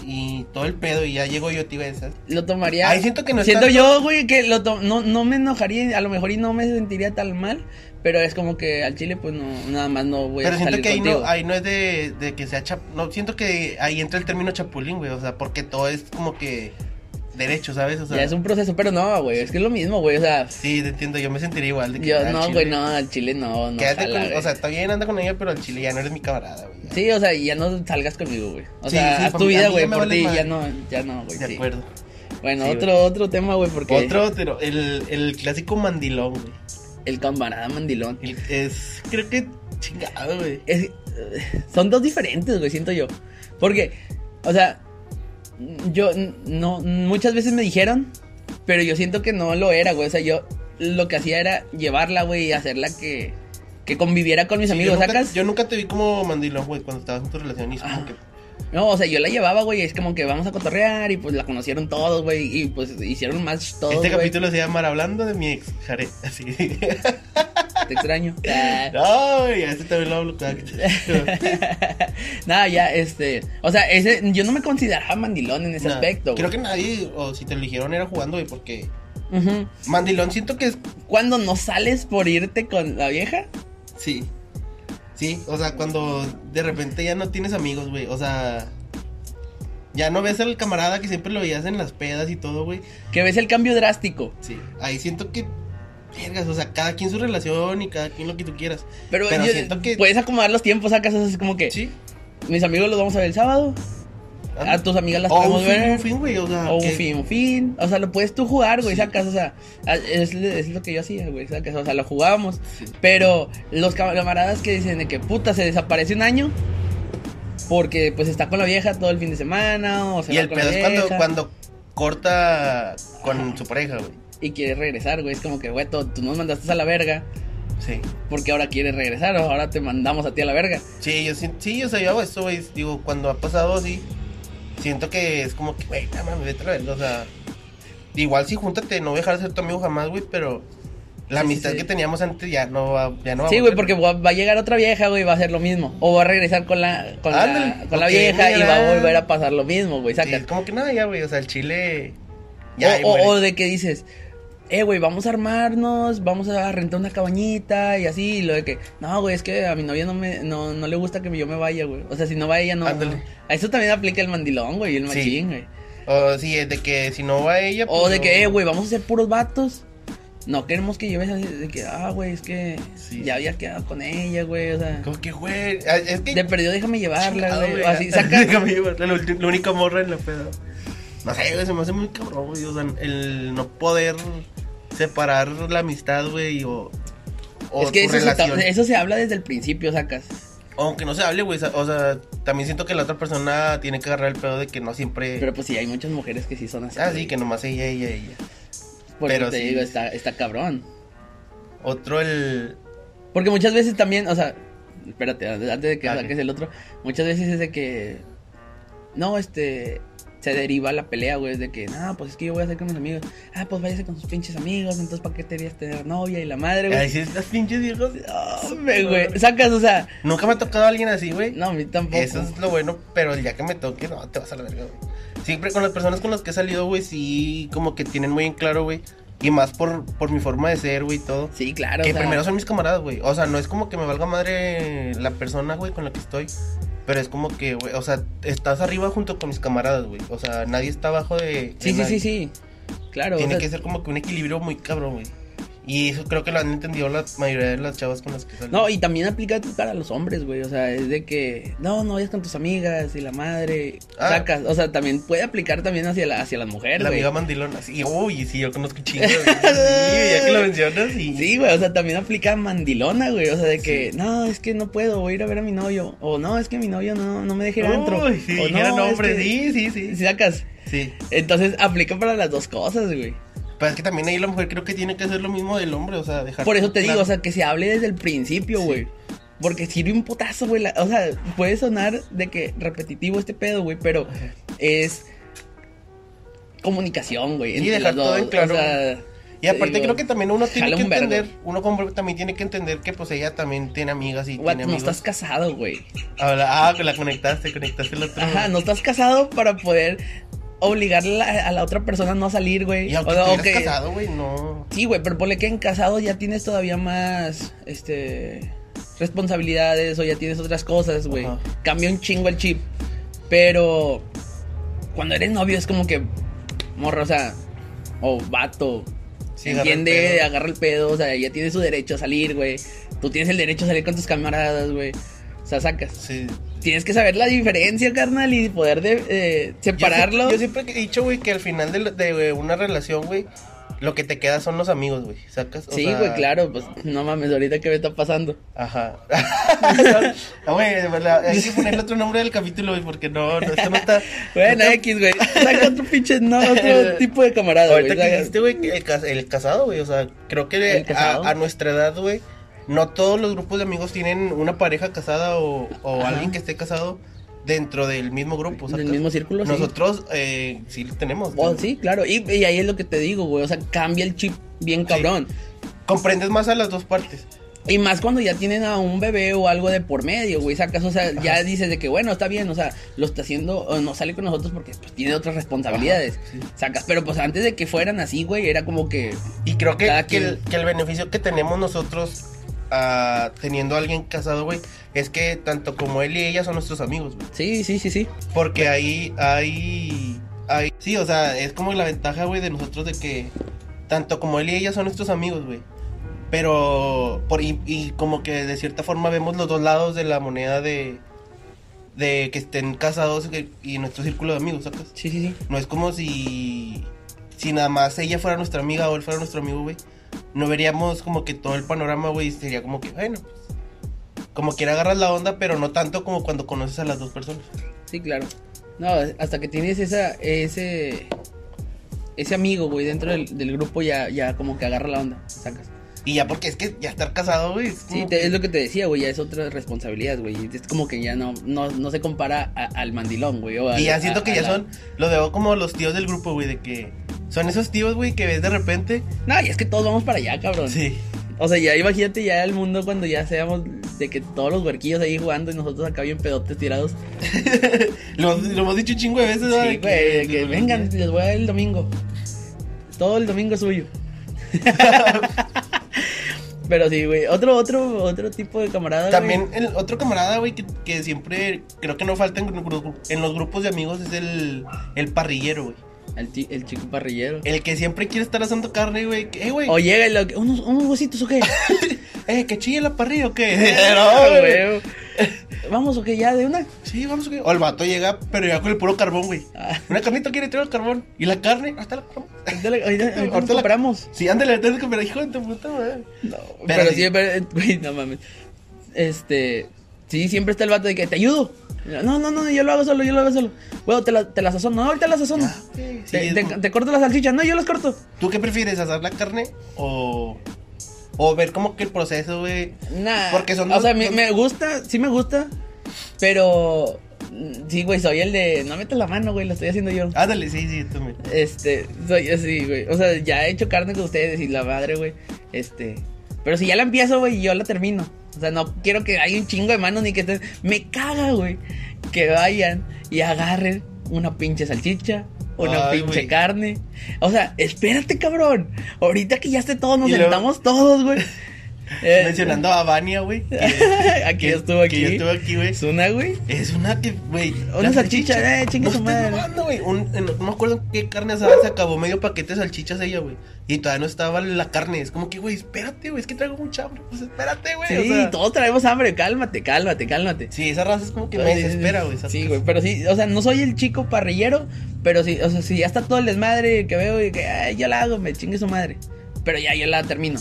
Speaker 1: Y todo el pedo y ya llego yo, tío, esas.
Speaker 2: Lo tomaría.
Speaker 1: Ahí siento que no es
Speaker 2: Siento
Speaker 1: tanto-
Speaker 2: yo, güey, que lo to- no, no me enojaría, a lo mejor y no me sentiría tan mal, pero es como que al chile, pues no, nada más no voy
Speaker 1: Pero
Speaker 2: a
Speaker 1: siento
Speaker 2: salir
Speaker 1: que ahí
Speaker 2: contigo.
Speaker 1: no, ahí no es de, de que sea chap... No, siento que ahí entra el término chapulín, güey. O sea, porque todo es como que derecho, ¿sabes? O sea,
Speaker 2: Ya es un proceso, pero no, güey, es que es lo mismo, güey, o sea,
Speaker 1: sí, te entiendo. Yo me sentiría igual de que...
Speaker 2: yo,
Speaker 1: ah,
Speaker 2: no,
Speaker 1: chile.
Speaker 2: güey, no, al chile no, no.
Speaker 1: Quédate
Speaker 2: jala,
Speaker 1: con,
Speaker 2: güey.
Speaker 1: o sea, está bien, anda con ella, pero al chile ya no eres mi camarada, güey. ya.
Speaker 2: Sí, o sea, ya no salgas conmigo, güey. O
Speaker 1: Sí,
Speaker 2: sea,
Speaker 1: sí,
Speaker 2: haz
Speaker 1: pa'
Speaker 2: tu
Speaker 1: mí- a
Speaker 2: vida,
Speaker 1: mí
Speaker 2: güey,
Speaker 1: ya me
Speaker 2: por
Speaker 1: vale
Speaker 2: ti.
Speaker 1: madre.
Speaker 2: Ya no, ya no, güey.
Speaker 1: De
Speaker 2: sí.
Speaker 1: acuerdo.
Speaker 2: Bueno,
Speaker 1: Sí,
Speaker 2: otro, otro tema, güey, porque
Speaker 1: Otro, pero el, el clásico mandilón, güey.
Speaker 2: el camarada mandilón.
Speaker 1: El- Es, creo que chingado, güey.
Speaker 2: Es- eh, son dos diferentes, güey, siento yo. Porque, o sea, yo n- no, muchas veces me dijeron, pero yo siento que no lo era, güey. O sea, yo lo que hacía era llevarla, güey, y hacerla que, que conviviera con mis
Speaker 1: Sí,
Speaker 2: amigos,
Speaker 1: yo, nunca,
Speaker 2: ¿sacas?
Speaker 1: yo nunca te vi como mandilón, güey, cuando estabas en tu relación. Y es como
Speaker 2: Ah.
Speaker 1: que,
Speaker 2: No, o sea, yo la llevaba, güey, y es como que vamos a cotorrear, y pues la conocieron todos, güey, y pues hicieron match todos,
Speaker 1: este
Speaker 2: güey.
Speaker 1: capítulo se llama Hablando de mi ex, Jared. Así.
Speaker 2: Te extraño. Ah.
Speaker 1: Ay, a este también lo hablo cada que-
Speaker 2: Nada, ya, este. O sea, ese, yo no me consideraba mandilón en ese
Speaker 1: Nah,
Speaker 2: aspecto.
Speaker 1: Creo
Speaker 2: güey.
Speaker 1: que nadie, o si te lo dijeron, era jugando, güey, porque
Speaker 2: Ujú.
Speaker 1: mandilón siento que es
Speaker 2: Cuando no sales por irte con la vieja,
Speaker 1: Sí. Sí, o sea, cuando de repente ya no tienes amigos, güey. O sea, ya no ves al camarada que siempre lo veías en las pedas y todo, güey.
Speaker 2: que ves el cambio drástico.
Speaker 1: Sí. Ahí siento que, vergas, o sea, cada quien su relación y cada quien lo que tú quieras.
Speaker 2: Pero,
Speaker 1: Pero
Speaker 2: yo-
Speaker 1: siento que-
Speaker 2: puedes acomodar los tiempos, sacas es como que
Speaker 1: Sí. Ah.
Speaker 2: mis amigos los vamos a ver el sábado, a tus amigas Ah, las
Speaker 1: o un
Speaker 2: podemos
Speaker 1: fin,
Speaker 2: ver.
Speaker 1: un fin, güey, o sea.
Speaker 2: O un
Speaker 1: que-
Speaker 2: fin, un fin. O sea, lo puedes tú jugar, güey,
Speaker 1: Sí.
Speaker 2: sacas, o sea, a- es, es lo que yo hacía, güey, sacas, o sea, lo jugábamos.
Speaker 1: Sí.
Speaker 2: Pero los camaradas que dicen de que puta se desaparece un año porque pues está con la vieja todo el fin de semana o se
Speaker 1: Y
Speaker 2: va
Speaker 1: el
Speaker 2: con
Speaker 1: pedo
Speaker 2: la
Speaker 1: es cuando,
Speaker 2: vieja
Speaker 1: cuando corta
Speaker 2: Ajá.
Speaker 1: con su pareja, güey.
Speaker 2: y quiere regresar, güey, es como que, güey, to- tú nos mandaste a la verga
Speaker 1: Sí.
Speaker 2: porque ahora quieres regresar, o ahora te mandamos a ti a la verga.
Speaker 1: Sí, yo siento, sí, o sea, yo hago eso, güey. Digo, cuando ha pasado así, siento que es como que, güey, nada más, vete a la verga, o sea. Igual si júntate, no voy a dejar de ser tu amigo jamás, güey, pero la
Speaker 2: Sí, sí,
Speaker 1: amistad
Speaker 2: sí.
Speaker 1: que teníamos antes ya no va, ya no va
Speaker 2: Sí,
Speaker 1: a
Speaker 2: güey,
Speaker 1: volver.
Speaker 2: porque va va a llegar otra vieja, güey, y va a hacer lo mismo. O va a regresar con la, con
Speaker 1: Ándale,
Speaker 2: la, con la
Speaker 1: ok,
Speaker 2: vieja y va a
Speaker 1: mira.
Speaker 2: volver a pasar lo mismo, güey,
Speaker 1: Sí,
Speaker 2: saca.
Speaker 1: es como que nada, ya, güey, o sea, el chile Ya, ahí
Speaker 2: o, o-
Speaker 1: muere.
Speaker 2: o de que dices, eh, güey, vamos a armarnos, vamos a rentar una cabañita y así. Y lo de que, no, güey, es que a mi novia no, me, no, no le gusta que yo me vaya, güey. O sea, si no va ella, no.
Speaker 1: Ándale.
Speaker 2: no. A eso también aplica el mandilón, güey, y el
Speaker 1: Sí.
Speaker 2: machín, güey.
Speaker 1: O sí, es de que si no va ella.
Speaker 2: O
Speaker 1: pues,
Speaker 2: de
Speaker 1: no.
Speaker 2: que, eh, güey, vamos a ser puros vatos. No queremos que lleves así, de que, ah, güey, es que
Speaker 1: Sí.
Speaker 2: ya había quedado con ella, güey, o sea.
Speaker 1: Como que, güey. ah, Es que.
Speaker 2: De perdido, déjame llevarla,
Speaker 1: chingado,
Speaker 2: güey.
Speaker 1: güey,
Speaker 2: o así,
Speaker 1: ah,
Speaker 2: saca.
Speaker 1: déjame llevarla, la, ulti- la única morra en la peda. No sé, güey, se me hace muy cabrón, güey. O sea, el no poder separar la amistad, güey, o. o
Speaker 2: es que
Speaker 1: tu
Speaker 2: eso se,
Speaker 1: relación.
Speaker 2: eso se habla desde el principio, sacas.
Speaker 1: Aunque no se hable, güey. O sea, también siento que la otra persona tiene que agarrar el pedo de que no siempre.
Speaker 2: Pero pues sí, hay muchas mujeres que sí son así.
Speaker 1: ah,
Speaker 2: güey.
Speaker 1: sí, que nomás ella, ella, ella.
Speaker 2: Porque
Speaker 1: pero
Speaker 2: te
Speaker 1: sí.
Speaker 2: digo, está, está cabrón.
Speaker 1: Otro, el.
Speaker 2: Porque muchas veces también, o sea, espérate, antes de que
Speaker 1: Ah, ok.
Speaker 2: saques el otro, muchas veces es de que, no, este, se deriva la pelea, güey, es de que, no, pues es que yo voy a hacer con mis amigos, ah, pues váyase con sus pinches amigos, entonces, ¿para qué te debías tener novia y la madre,
Speaker 1: Ay,
Speaker 2: güey?
Speaker 1: sí, estas pinches viejas.
Speaker 2: Hombre, güey, sacas, o sea,
Speaker 1: Nunca me ha tocado alguien así, güey.
Speaker 2: no, a mí tampoco.
Speaker 1: Eso es lo bueno, pero el día que me toque, no, te vas a la verga, güey. Siempre con las personas con las que he salido, güey, sí, como que tienen muy en claro, güey. Y más por, por mi forma de ser, güey, y todo.
Speaker 2: Sí, claro,
Speaker 1: que
Speaker 2: o sea,
Speaker 1: primero son mis camaradas, güey. O sea, no es como que me valga madre la persona, güey, con la que estoy. Pero es como que, güey, o sea, estás arriba junto con mis camaradas, güey. O sea, nadie está abajo de. de
Speaker 2: sí, sí,
Speaker 1: nadie.
Speaker 2: sí, sí, claro, o
Speaker 1: Tiene
Speaker 2: sea,
Speaker 1: que ser como que un equilibrio muy cabrón, güey. Y eso creo que lo han entendido la mayoría de las chavas con las que salgo.
Speaker 2: No, y también aplica para los hombres, güey. O sea, es de que no, no vayas con tus amigas y la madre.
Speaker 1: Ah.
Speaker 2: Sacas. O sea, también puede aplicar también hacia, la, hacia las mujeres,
Speaker 1: La
Speaker 2: güey.
Speaker 1: amiga mandilona, sí, uy, sí, yo conozco chingados. sí, ya que lo mencionas, sí.
Speaker 2: Sí, güey. O sea, también aplica mandilona, güey. O sea, de que no, es que no puedo, voy a ir a ver a mi novio. O no, es que mi novio no, no me deja ir adentro.
Speaker 1: Uy, sí,
Speaker 2: o Este,
Speaker 1: dijera nombre,
Speaker 2: es que-
Speaker 1: sí, sí,
Speaker 2: Si
Speaker 1: sí.
Speaker 2: sacas.
Speaker 1: Sí.
Speaker 2: Entonces aplica para las dos cosas, güey.
Speaker 1: Pero es que también ahí la mujer creo que tiene que hacer lo mismo del hombre, o sea, dejar.
Speaker 2: Por eso te
Speaker 1: claro.
Speaker 2: digo, o sea, que se hable desde el principio,
Speaker 1: Sí.
Speaker 2: güey. Porque sirve un putazo, güey. la- O sea, puede sonar de que repetitivo este pedo, güey, pero
Speaker 1: Ajá.
Speaker 2: es comunicación, güey.
Speaker 1: Sí,
Speaker 2: entre
Speaker 1: dejar
Speaker 2: los
Speaker 1: todo en claro,
Speaker 2: O sea,
Speaker 1: Y aparte
Speaker 2: digo,
Speaker 1: creo que también uno tiene
Speaker 2: jala
Speaker 1: que
Speaker 2: un vergo.
Speaker 1: entender, uno como hombre también tiene que entender que pues ella también tiene amigas y
Speaker 2: what,
Speaker 1: tiene
Speaker 2: no
Speaker 1: amigos.
Speaker 2: estás casado, güey.
Speaker 1: Ah, la- ah, la conectaste, conectaste el otro.
Speaker 2: Ajá, no estás casado para poder obligarle a, a la otra persona a no salir, güey.
Speaker 1: Y aunque
Speaker 2: O sea,
Speaker 1: estuvieras
Speaker 2: o que-
Speaker 1: casado, güey, no.
Speaker 2: Sí, güey, pero ponle que en casado ya tienes todavía más, este, responsabilidades o ya tienes otras cosas, güey.
Speaker 1: Ajá.
Speaker 2: Cambia un chingo el chip. Pero cuando eres novio es como que, morra, o sea, o vato,
Speaker 1: Sí, agarra el
Speaker 2: entiende,
Speaker 1: pedo.
Speaker 2: agarra el pedo, o sea, ya tiene su derecho a salir, güey. Tú tienes el derecho a salir con tus camaradas, güey. O sea, sacas.
Speaker 1: Sí.
Speaker 2: Tienes que saber la diferencia, carnal, y poder de, eh, separarlo.
Speaker 1: Yo, sie- yo siempre he dicho, güey, que al final de, la- de una relación, güey, lo que te queda son los amigos, güey. ¿Sacas? O
Speaker 2: Sí,
Speaker 1: sea,
Speaker 2: güey, claro, pues no mames, ahorita que me está pasando.
Speaker 1: Ajá. Ah, Güey, de verdad, hay que ponerle otro nombre del capítulo, güey, porque no, no, esto no está.
Speaker 2: Bueno, X, güey. Saca otro pinche, no, otro tipo de camarada, güey.
Speaker 1: Ahorita que
Speaker 2: saca.
Speaker 1: dijiste, güey, que el, cas- el casado, güey, o sea, creo que
Speaker 2: El casado.
Speaker 1: a, a nuestra edad, güey, no todos los grupos de amigos tienen una pareja casada o, o
Speaker 2: Ajá.
Speaker 1: alguien que esté casado dentro del mismo grupo,
Speaker 2: En
Speaker 1: ¿sacas?
Speaker 2: el mismo círculo, sí.
Speaker 1: Nosotros eh, sí lo tenemos.
Speaker 2: Oh, sí, claro. Y, y ahí es lo que te digo, güey. O sea, cambia el chip bien cabrón.
Speaker 1: Comprendes más a las dos partes.
Speaker 2: Y más cuando ya tienen a un bebé o algo de por medio, güey. Sacas, o sea, ya dices de que, bueno, está bien, o sea, lo está haciendo, o no sale con nosotros porque pues, tiene otras responsabilidades.
Speaker 1: Ajá, sí.
Speaker 2: Sacas, pero pues antes de que fueran así, güey, era como que,
Speaker 1: Y creo que,
Speaker 2: Cada
Speaker 1: que el,
Speaker 2: quien.
Speaker 1: que el beneficio que tenemos nosotros ah, teniendo a alguien casado, güey, es que tanto como él y ella son nuestros amigos, güey.
Speaker 2: sí, sí, sí, sí.
Speaker 1: Porque ahí, ahí, ahí, sí, o sea, es como la ventaja, güey, de nosotros de que tanto como él y ella son nuestros amigos, güey. Pero, por, y, y como que de cierta forma vemos los dos lados de la moneda de, de que estén casados y, y nuestro círculo de amigos, ¿sacas?
Speaker 2: Sí, sí, sí.
Speaker 1: No es como si, si nada más ella fuera nuestra amiga o él fuera nuestro amigo, güey. No veríamos como que todo el panorama, güey. Sería como que, bueno, pues, como quiera agarras la onda, pero no tanto como cuando conoces a las dos personas.
Speaker 2: Sí, claro. No, hasta que tienes esa, ese, ese amigo, güey, dentro del, del grupo ya, ya como que agarra la onda, sacas.
Speaker 1: Y ya porque es que ya estar casado, güey. es
Speaker 2: Sí,
Speaker 1: como
Speaker 2: te- es lo que te decía, güey, ya es otra responsabilidad, güey. Es como que ya no, no, no se compara a- al mandilón, güey. o a-
Speaker 1: Y ya
Speaker 2: a-
Speaker 1: siento que
Speaker 2: a
Speaker 1: ya
Speaker 2: la-
Speaker 1: son, lo veo como los tíos del grupo, güey, de que son esos tíos, güey, que ves de repente.
Speaker 2: No, y es que todos vamos para allá, cabrón.
Speaker 1: Sí.
Speaker 2: O sea, ya imagínate ya el mundo cuando ya seamos de que todos los huerquillos ahí jugando y nosotros acá bien pedotes tirados.
Speaker 1: Lo, lo hemos dicho un chingo de veces,
Speaker 2: Sí,
Speaker 1: ¿verdad?
Speaker 2: güey, de que vengan, les voy a dar el domingo. Todo el domingo es suyo. Pero sí, güey. Otro, otro, otro tipo de camarada.
Speaker 1: También el otro camarada, güey, que, que siempre creo que no falta en, gru- en los grupos de amigos es el, el parrillero, güey.
Speaker 2: güey, El, ti- el chico parrillero.
Speaker 1: El que siempre quiere estar asando carne, güey. que, Eh, güey,
Speaker 2: O llega y lo que- unos, unos huesitos o qué.
Speaker 1: eh, que chille la parrilla o qué.
Speaker 2: Ah,
Speaker 1: No, güey.
Speaker 2: güey. Vamos o qué, ya de una.
Speaker 1: Sí, vamos, güey. O el vato llega, pero ya con el puro carbón, güey.
Speaker 2: Ah,
Speaker 1: Una carnita quiere tirar el carbón. ¿Y la carne? Hasta la carne.
Speaker 2: ahorita le- ahorita- ahorita
Speaker 1: Ahorita
Speaker 2: nos
Speaker 1: la-
Speaker 2: compramos.
Speaker 1: Sí, ándale, ándale, que me la hijo de tu puta madre.
Speaker 2: No, pero,
Speaker 1: Pero sí.
Speaker 2: sí, pero, eh, güey, no mames. Este, sí, siempre está el vato de que te ayudo. No, no, no, yo lo hago solo, yo lo hago solo. Güey, te la, te la sazono, no, ahorita la sazono.
Speaker 1: Ya, güey, sí,
Speaker 2: te,
Speaker 1: es
Speaker 2: te-
Speaker 1: como-
Speaker 2: te corto las salchichas, no, yo las corto.
Speaker 1: ¿Tú qué prefieres, asar la carne o, o ver como que el proceso, güey?
Speaker 2: Nah.
Speaker 1: Porque son
Speaker 2: O
Speaker 1: dos-
Speaker 2: sea, me,
Speaker 1: son-
Speaker 2: me gusta, sí me gusta. Pero. mm, Sí, güey, soy el de. No metas la mano, güey, lo estoy haciendo yo.
Speaker 1: Ándale, sí, sí, tú me.
Speaker 2: Este, soy así, güey. O sea, ya he hecho carne con ustedes y la madre, güey. Este. Pero si ya la empiezo, güey, yo la termino. O sea, no quiero que haya un chingo de manos ni que estén. Me caga, güey. Que vayan y agarren una pinche salchicha. Una
Speaker 1: Ay,
Speaker 2: pinche
Speaker 1: güey.
Speaker 2: carne. O sea, espérate, cabrón. Ahorita que ya esté todo, nos
Speaker 1: Y luego-
Speaker 2: sentamos todos, güey. Eh,
Speaker 1: Mencionando a Vania, güey.
Speaker 2: aquí estuvo aquí.
Speaker 1: Que yo estuve aquí, güey.
Speaker 2: Es una, güey.
Speaker 1: Es una que, güey.
Speaker 2: Una
Speaker 1: la
Speaker 2: salchicha, eh,
Speaker 1: no
Speaker 2: chingue su
Speaker 1: estés
Speaker 2: madre.
Speaker 1: mamando, güey. Un- en- no me acuerdo en qué carne asada se acabó medio paquete de salchichas ella, güey. Y todavía no estaba la carne. Es como que, güey, espérate, güey. Es que traigo mucha hambre. Pues espérate, güey.
Speaker 2: Sí,
Speaker 1: o sea,
Speaker 2: todos traemos hambre. Cálmate, cálmate, cálmate.
Speaker 1: Sí, esa raza es como que me
Speaker 2: Entonces,
Speaker 1: desespera, güey. esas
Speaker 2: Sí,
Speaker 1: cosas.
Speaker 2: güey, pero sí, o sea, no soy el chico parrillero, pero sí, o sea, sí, ya está todo el desmadre que veo y que ay, yo la hago, me chingue su madre. Pero ya, yo la termino.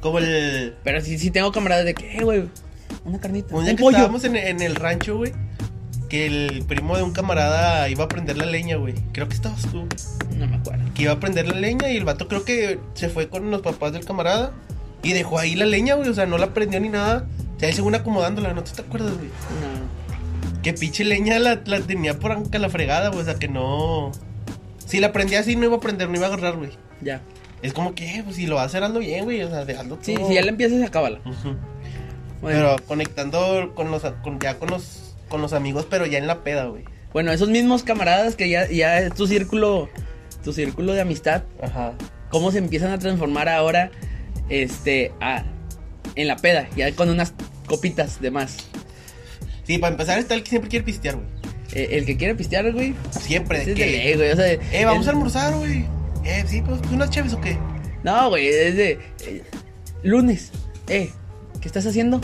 Speaker 1: Como el.
Speaker 2: Pero sí, sí tengo camaradas de que, eh, güey, una carnita,
Speaker 1: Un
Speaker 2: un,
Speaker 1: día que
Speaker 2: pollo.
Speaker 1: estábamos en, en el rancho, güey. Que el primo de un camarada iba a prender la leña, güey. Creo que estabas tú.
Speaker 2: No me acuerdo.
Speaker 1: Que iba a prender la leña y el vato creo que se fue con los papás del camarada. Y dejó ahí la leña, güey. O sea, no la prendió ni nada. O sea, él según acomodándola, ¿no te, te acuerdas, güey?
Speaker 2: No.
Speaker 1: Que pinche leña la, la tenía por anca la fregada, güey. O sea, que no. Si la prendía así, no iba a prender, no iba a agarrar, güey.
Speaker 2: Ya.
Speaker 1: Es como que, eh, pues si lo vas a hacer, hazlo bien, güey. O sea, de- hazlo
Speaker 2: Sí,
Speaker 1: todo.
Speaker 2: si ya la empiezas, acábala.
Speaker 1: Ujú.
Speaker 2: Bueno,
Speaker 1: Pero conectando con los, con- ya con los, con los amigos, pero ya en la peda, güey.
Speaker 2: bueno, esos mismos camaradas que ya, ya es tu círculo, tu círculo de amistad,
Speaker 1: Ajá.
Speaker 2: cómo se empiezan a transformar ahora este a, en la peda, ya con unas copitas de más.
Speaker 1: Sí, para empezar está el que siempre quiere pistear, güey.
Speaker 2: Eh, el que quiere pistear, güey,
Speaker 1: Siempre. De
Speaker 2: ese Pues es de
Speaker 1: que,
Speaker 2: ley, güey. O sea,
Speaker 1: eh, vamos
Speaker 2: el-
Speaker 1: a almorzar, güey. Eh, sí, pues unas chaves o qué.
Speaker 2: No, güey, es de eh, lunes. Eh, ¿qué estás haciendo?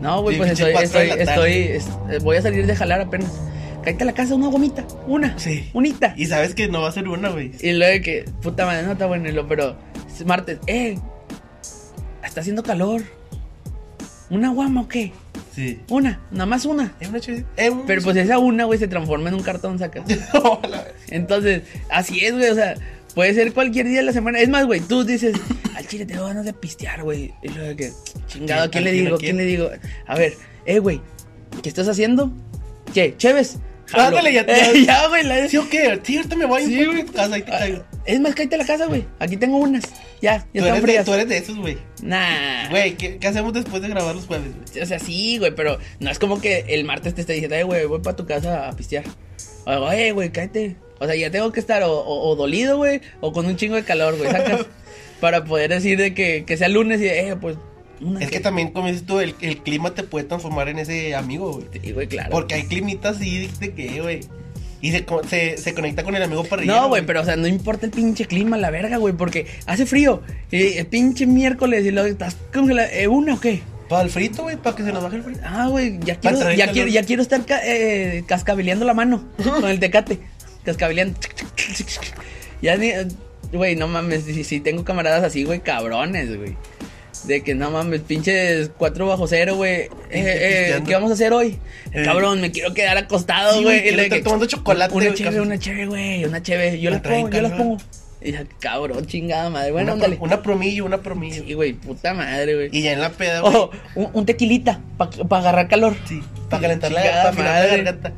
Speaker 2: No, güey,
Speaker 1: Sí,
Speaker 2: pues
Speaker 1: pinche
Speaker 2: estoy,
Speaker 1: cuatro de
Speaker 2: estoy,
Speaker 1: la
Speaker 2: estoy, es- eh, voy a salir de jalar apenas. Cállate a la casa, una gomita, una,
Speaker 1: Sí.
Speaker 2: unita.
Speaker 1: Y sabes que no va a ser una, güey.
Speaker 2: Y luego de que, puta madre, no está bueno, y lo, pero es martes, eh, está haciendo calor. ¿Una guama o qué?
Speaker 1: Sí.
Speaker 2: Una, nada más una.
Speaker 1: Es una chavez. Eh, un-
Speaker 2: Pero pues esa una, güey, se transforma en un cartón, sacas.
Speaker 1: No, la verdad.
Speaker 2: Entonces, así es, güey. O sea, puede ser cualquier día de la semana. Es más, güey, tú dices, al chile tengo ganas de pistear, güey. Y luego de que, chingado, ¿a quién le
Speaker 1: ¿A quién,
Speaker 2: digo?
Speaker 1: a quién?
Speaker 2: ¿Quién le digo? A ver, eh, güey, ¿qué estás haciendo? ¿Qué? ¿Chéves?
Speaker 1: Ándale, ya te-
Speaker 2: Eh, ya, güey, la
Speaker 1: ¿Sí o qué? Sí, ahorita me voy
Speaker 2: Sí,
Speaker 1: un poco
Speaker 2: güey.
Speaker 1: a tu casa y te
Speaker 2: Ah,
Speaker 1: caigo.
Speaker 2: Es más, cállate a la casa, güey. Aquí tengo unas. Ya,
Speaker 1: Tú
Speaker 2: ya están
Speaker 1: eres, de,
Speaker 2: frías.
Speaker 1: tú eres de esos, güey.
Speaker 2: Nah.
Speaker 1: Güey, ¿qué, qué hacemos después de grabar los jueves, güey?
Speaker 2: O sea, sí, güey, pero no es como que el martes te esté diciendo, "Ay, güey, voy para tu casa a pistear. O, oye, güey, cállate. O sea, ya tengo que estar o, o- o dolido, güey, o con un chingo de calor, güey, sacas. para poder decir de que, que sea lunes y, eh, pues, una
Speaker 1: Es que
Speaker 2: que-
Speaker 1: también, como dices tú, el, el clima te puede transformar en ese amigo, güey.
Speaker 2: Sí, güey, claro.
Speaker 1: Porque hay climitas así de de que, güey. Y se, co- se, se conecta con el amigo parrillero.
Speaker 2: No, güey, pero, o sea, no importa el pinche clima, la verga, güey, porque hace frío. Y el pinche miércoles y luego estás congelado. ¿Eh, ¿Una o qué?
Speaker 1: Para el frito, güey, para que se nos baje el frito.
Speaker 2: Ah, güey,
Speaker 1: Para
Speaker 2: ya quiero,
Speaker 1: traer
Speaker 2: ya
Speaker 1: calor.
Speaker 2: quiero, ya quiero estar ca- eh, cascabeleando la mano con el tecate. Cascabeleando. Ya ni. Güey, no mames, si, si tengo camaradas así, güey, cabrones, güey. De que no mames, pinches 4 bajo cero, güey. Eh, eh,
Speaker 1: pisteando.
Speaker 2: ¿Qué vamos a hacer hoy?
Speaker 1: Eh.
Speaker 2: Cabrón, me quiero quedar acostado,
Speaker 1: Sí,
Speaker 2: güey.
Speaker 1: güey, quiero
Speaker 2: Y le
Speaker 1: estar
Speaker 2: que,
Speaker 1: tomando chocolate,
Speaker 2: Una
Speaker 1: güey,
Speaker 2: cheve,
Speaker 1: café.
Speaker 2: una cheve, güey, una cheve. Yo
Speaker 1: Me
Speaker 2: las
Speaker 1: traen
Speaker 2: pongo, yo las
Speaker 1: calor.
Speaker 2: pongo. Y ya, cabrón, chingada madre. Bueno,
Speaker 1: una,
Speaker 2: ándale.
Speaker 1: pro- una promillo, una promillo.
Speaker 2: Sí, Oh, güey, puta madre, güey.
Speaker 1: Y ya en la peda, güey.
Speaker 2: Ojo, un, un tequilita para agarrar calor.
Speaker 1: Sí, para calentar la,
Speaker 2: Chingada
Speaker 1: para afinar la
Speaker 2: madre.
Speaker 1: garganta.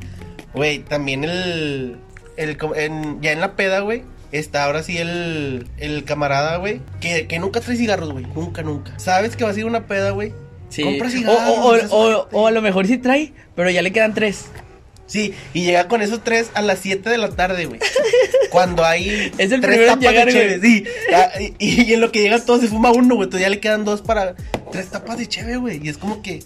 Speaker 1: Güey, también el. el co- en- ya en la peda, güey. Está ahora sí el, el camarada, güey. Que, que nunca trae cigarros, güey. Nunca, nunca. Sabes que va a ir una peda, güey.
Speaker 2: Sí.
Speaker 1: Compra
Speaker 2: O,
Speaker 1: cigarros.
Speaker 2: o- o-
Speaker 1: compra
Speaker 2: o-
Speaker 1: su-
Speaker 2: o a lo mejor sí trae, pero ya le quedan tres.
Speaker 1: Sí, y llega con esos tres a las 7 de la tarde, güey. Cuando hay
Speaker 2: Es el
Speaker 1: tres
Speaker 2: primero en
Speaker 1: tapas de
Speaker 2: llegar,
Speaker 1: cheve, sí. Ya, y, y en lo que llega todo se fuma uno, güey. Entonces ya le quedan dos para tres tapas de cheve, güey. Y es como que,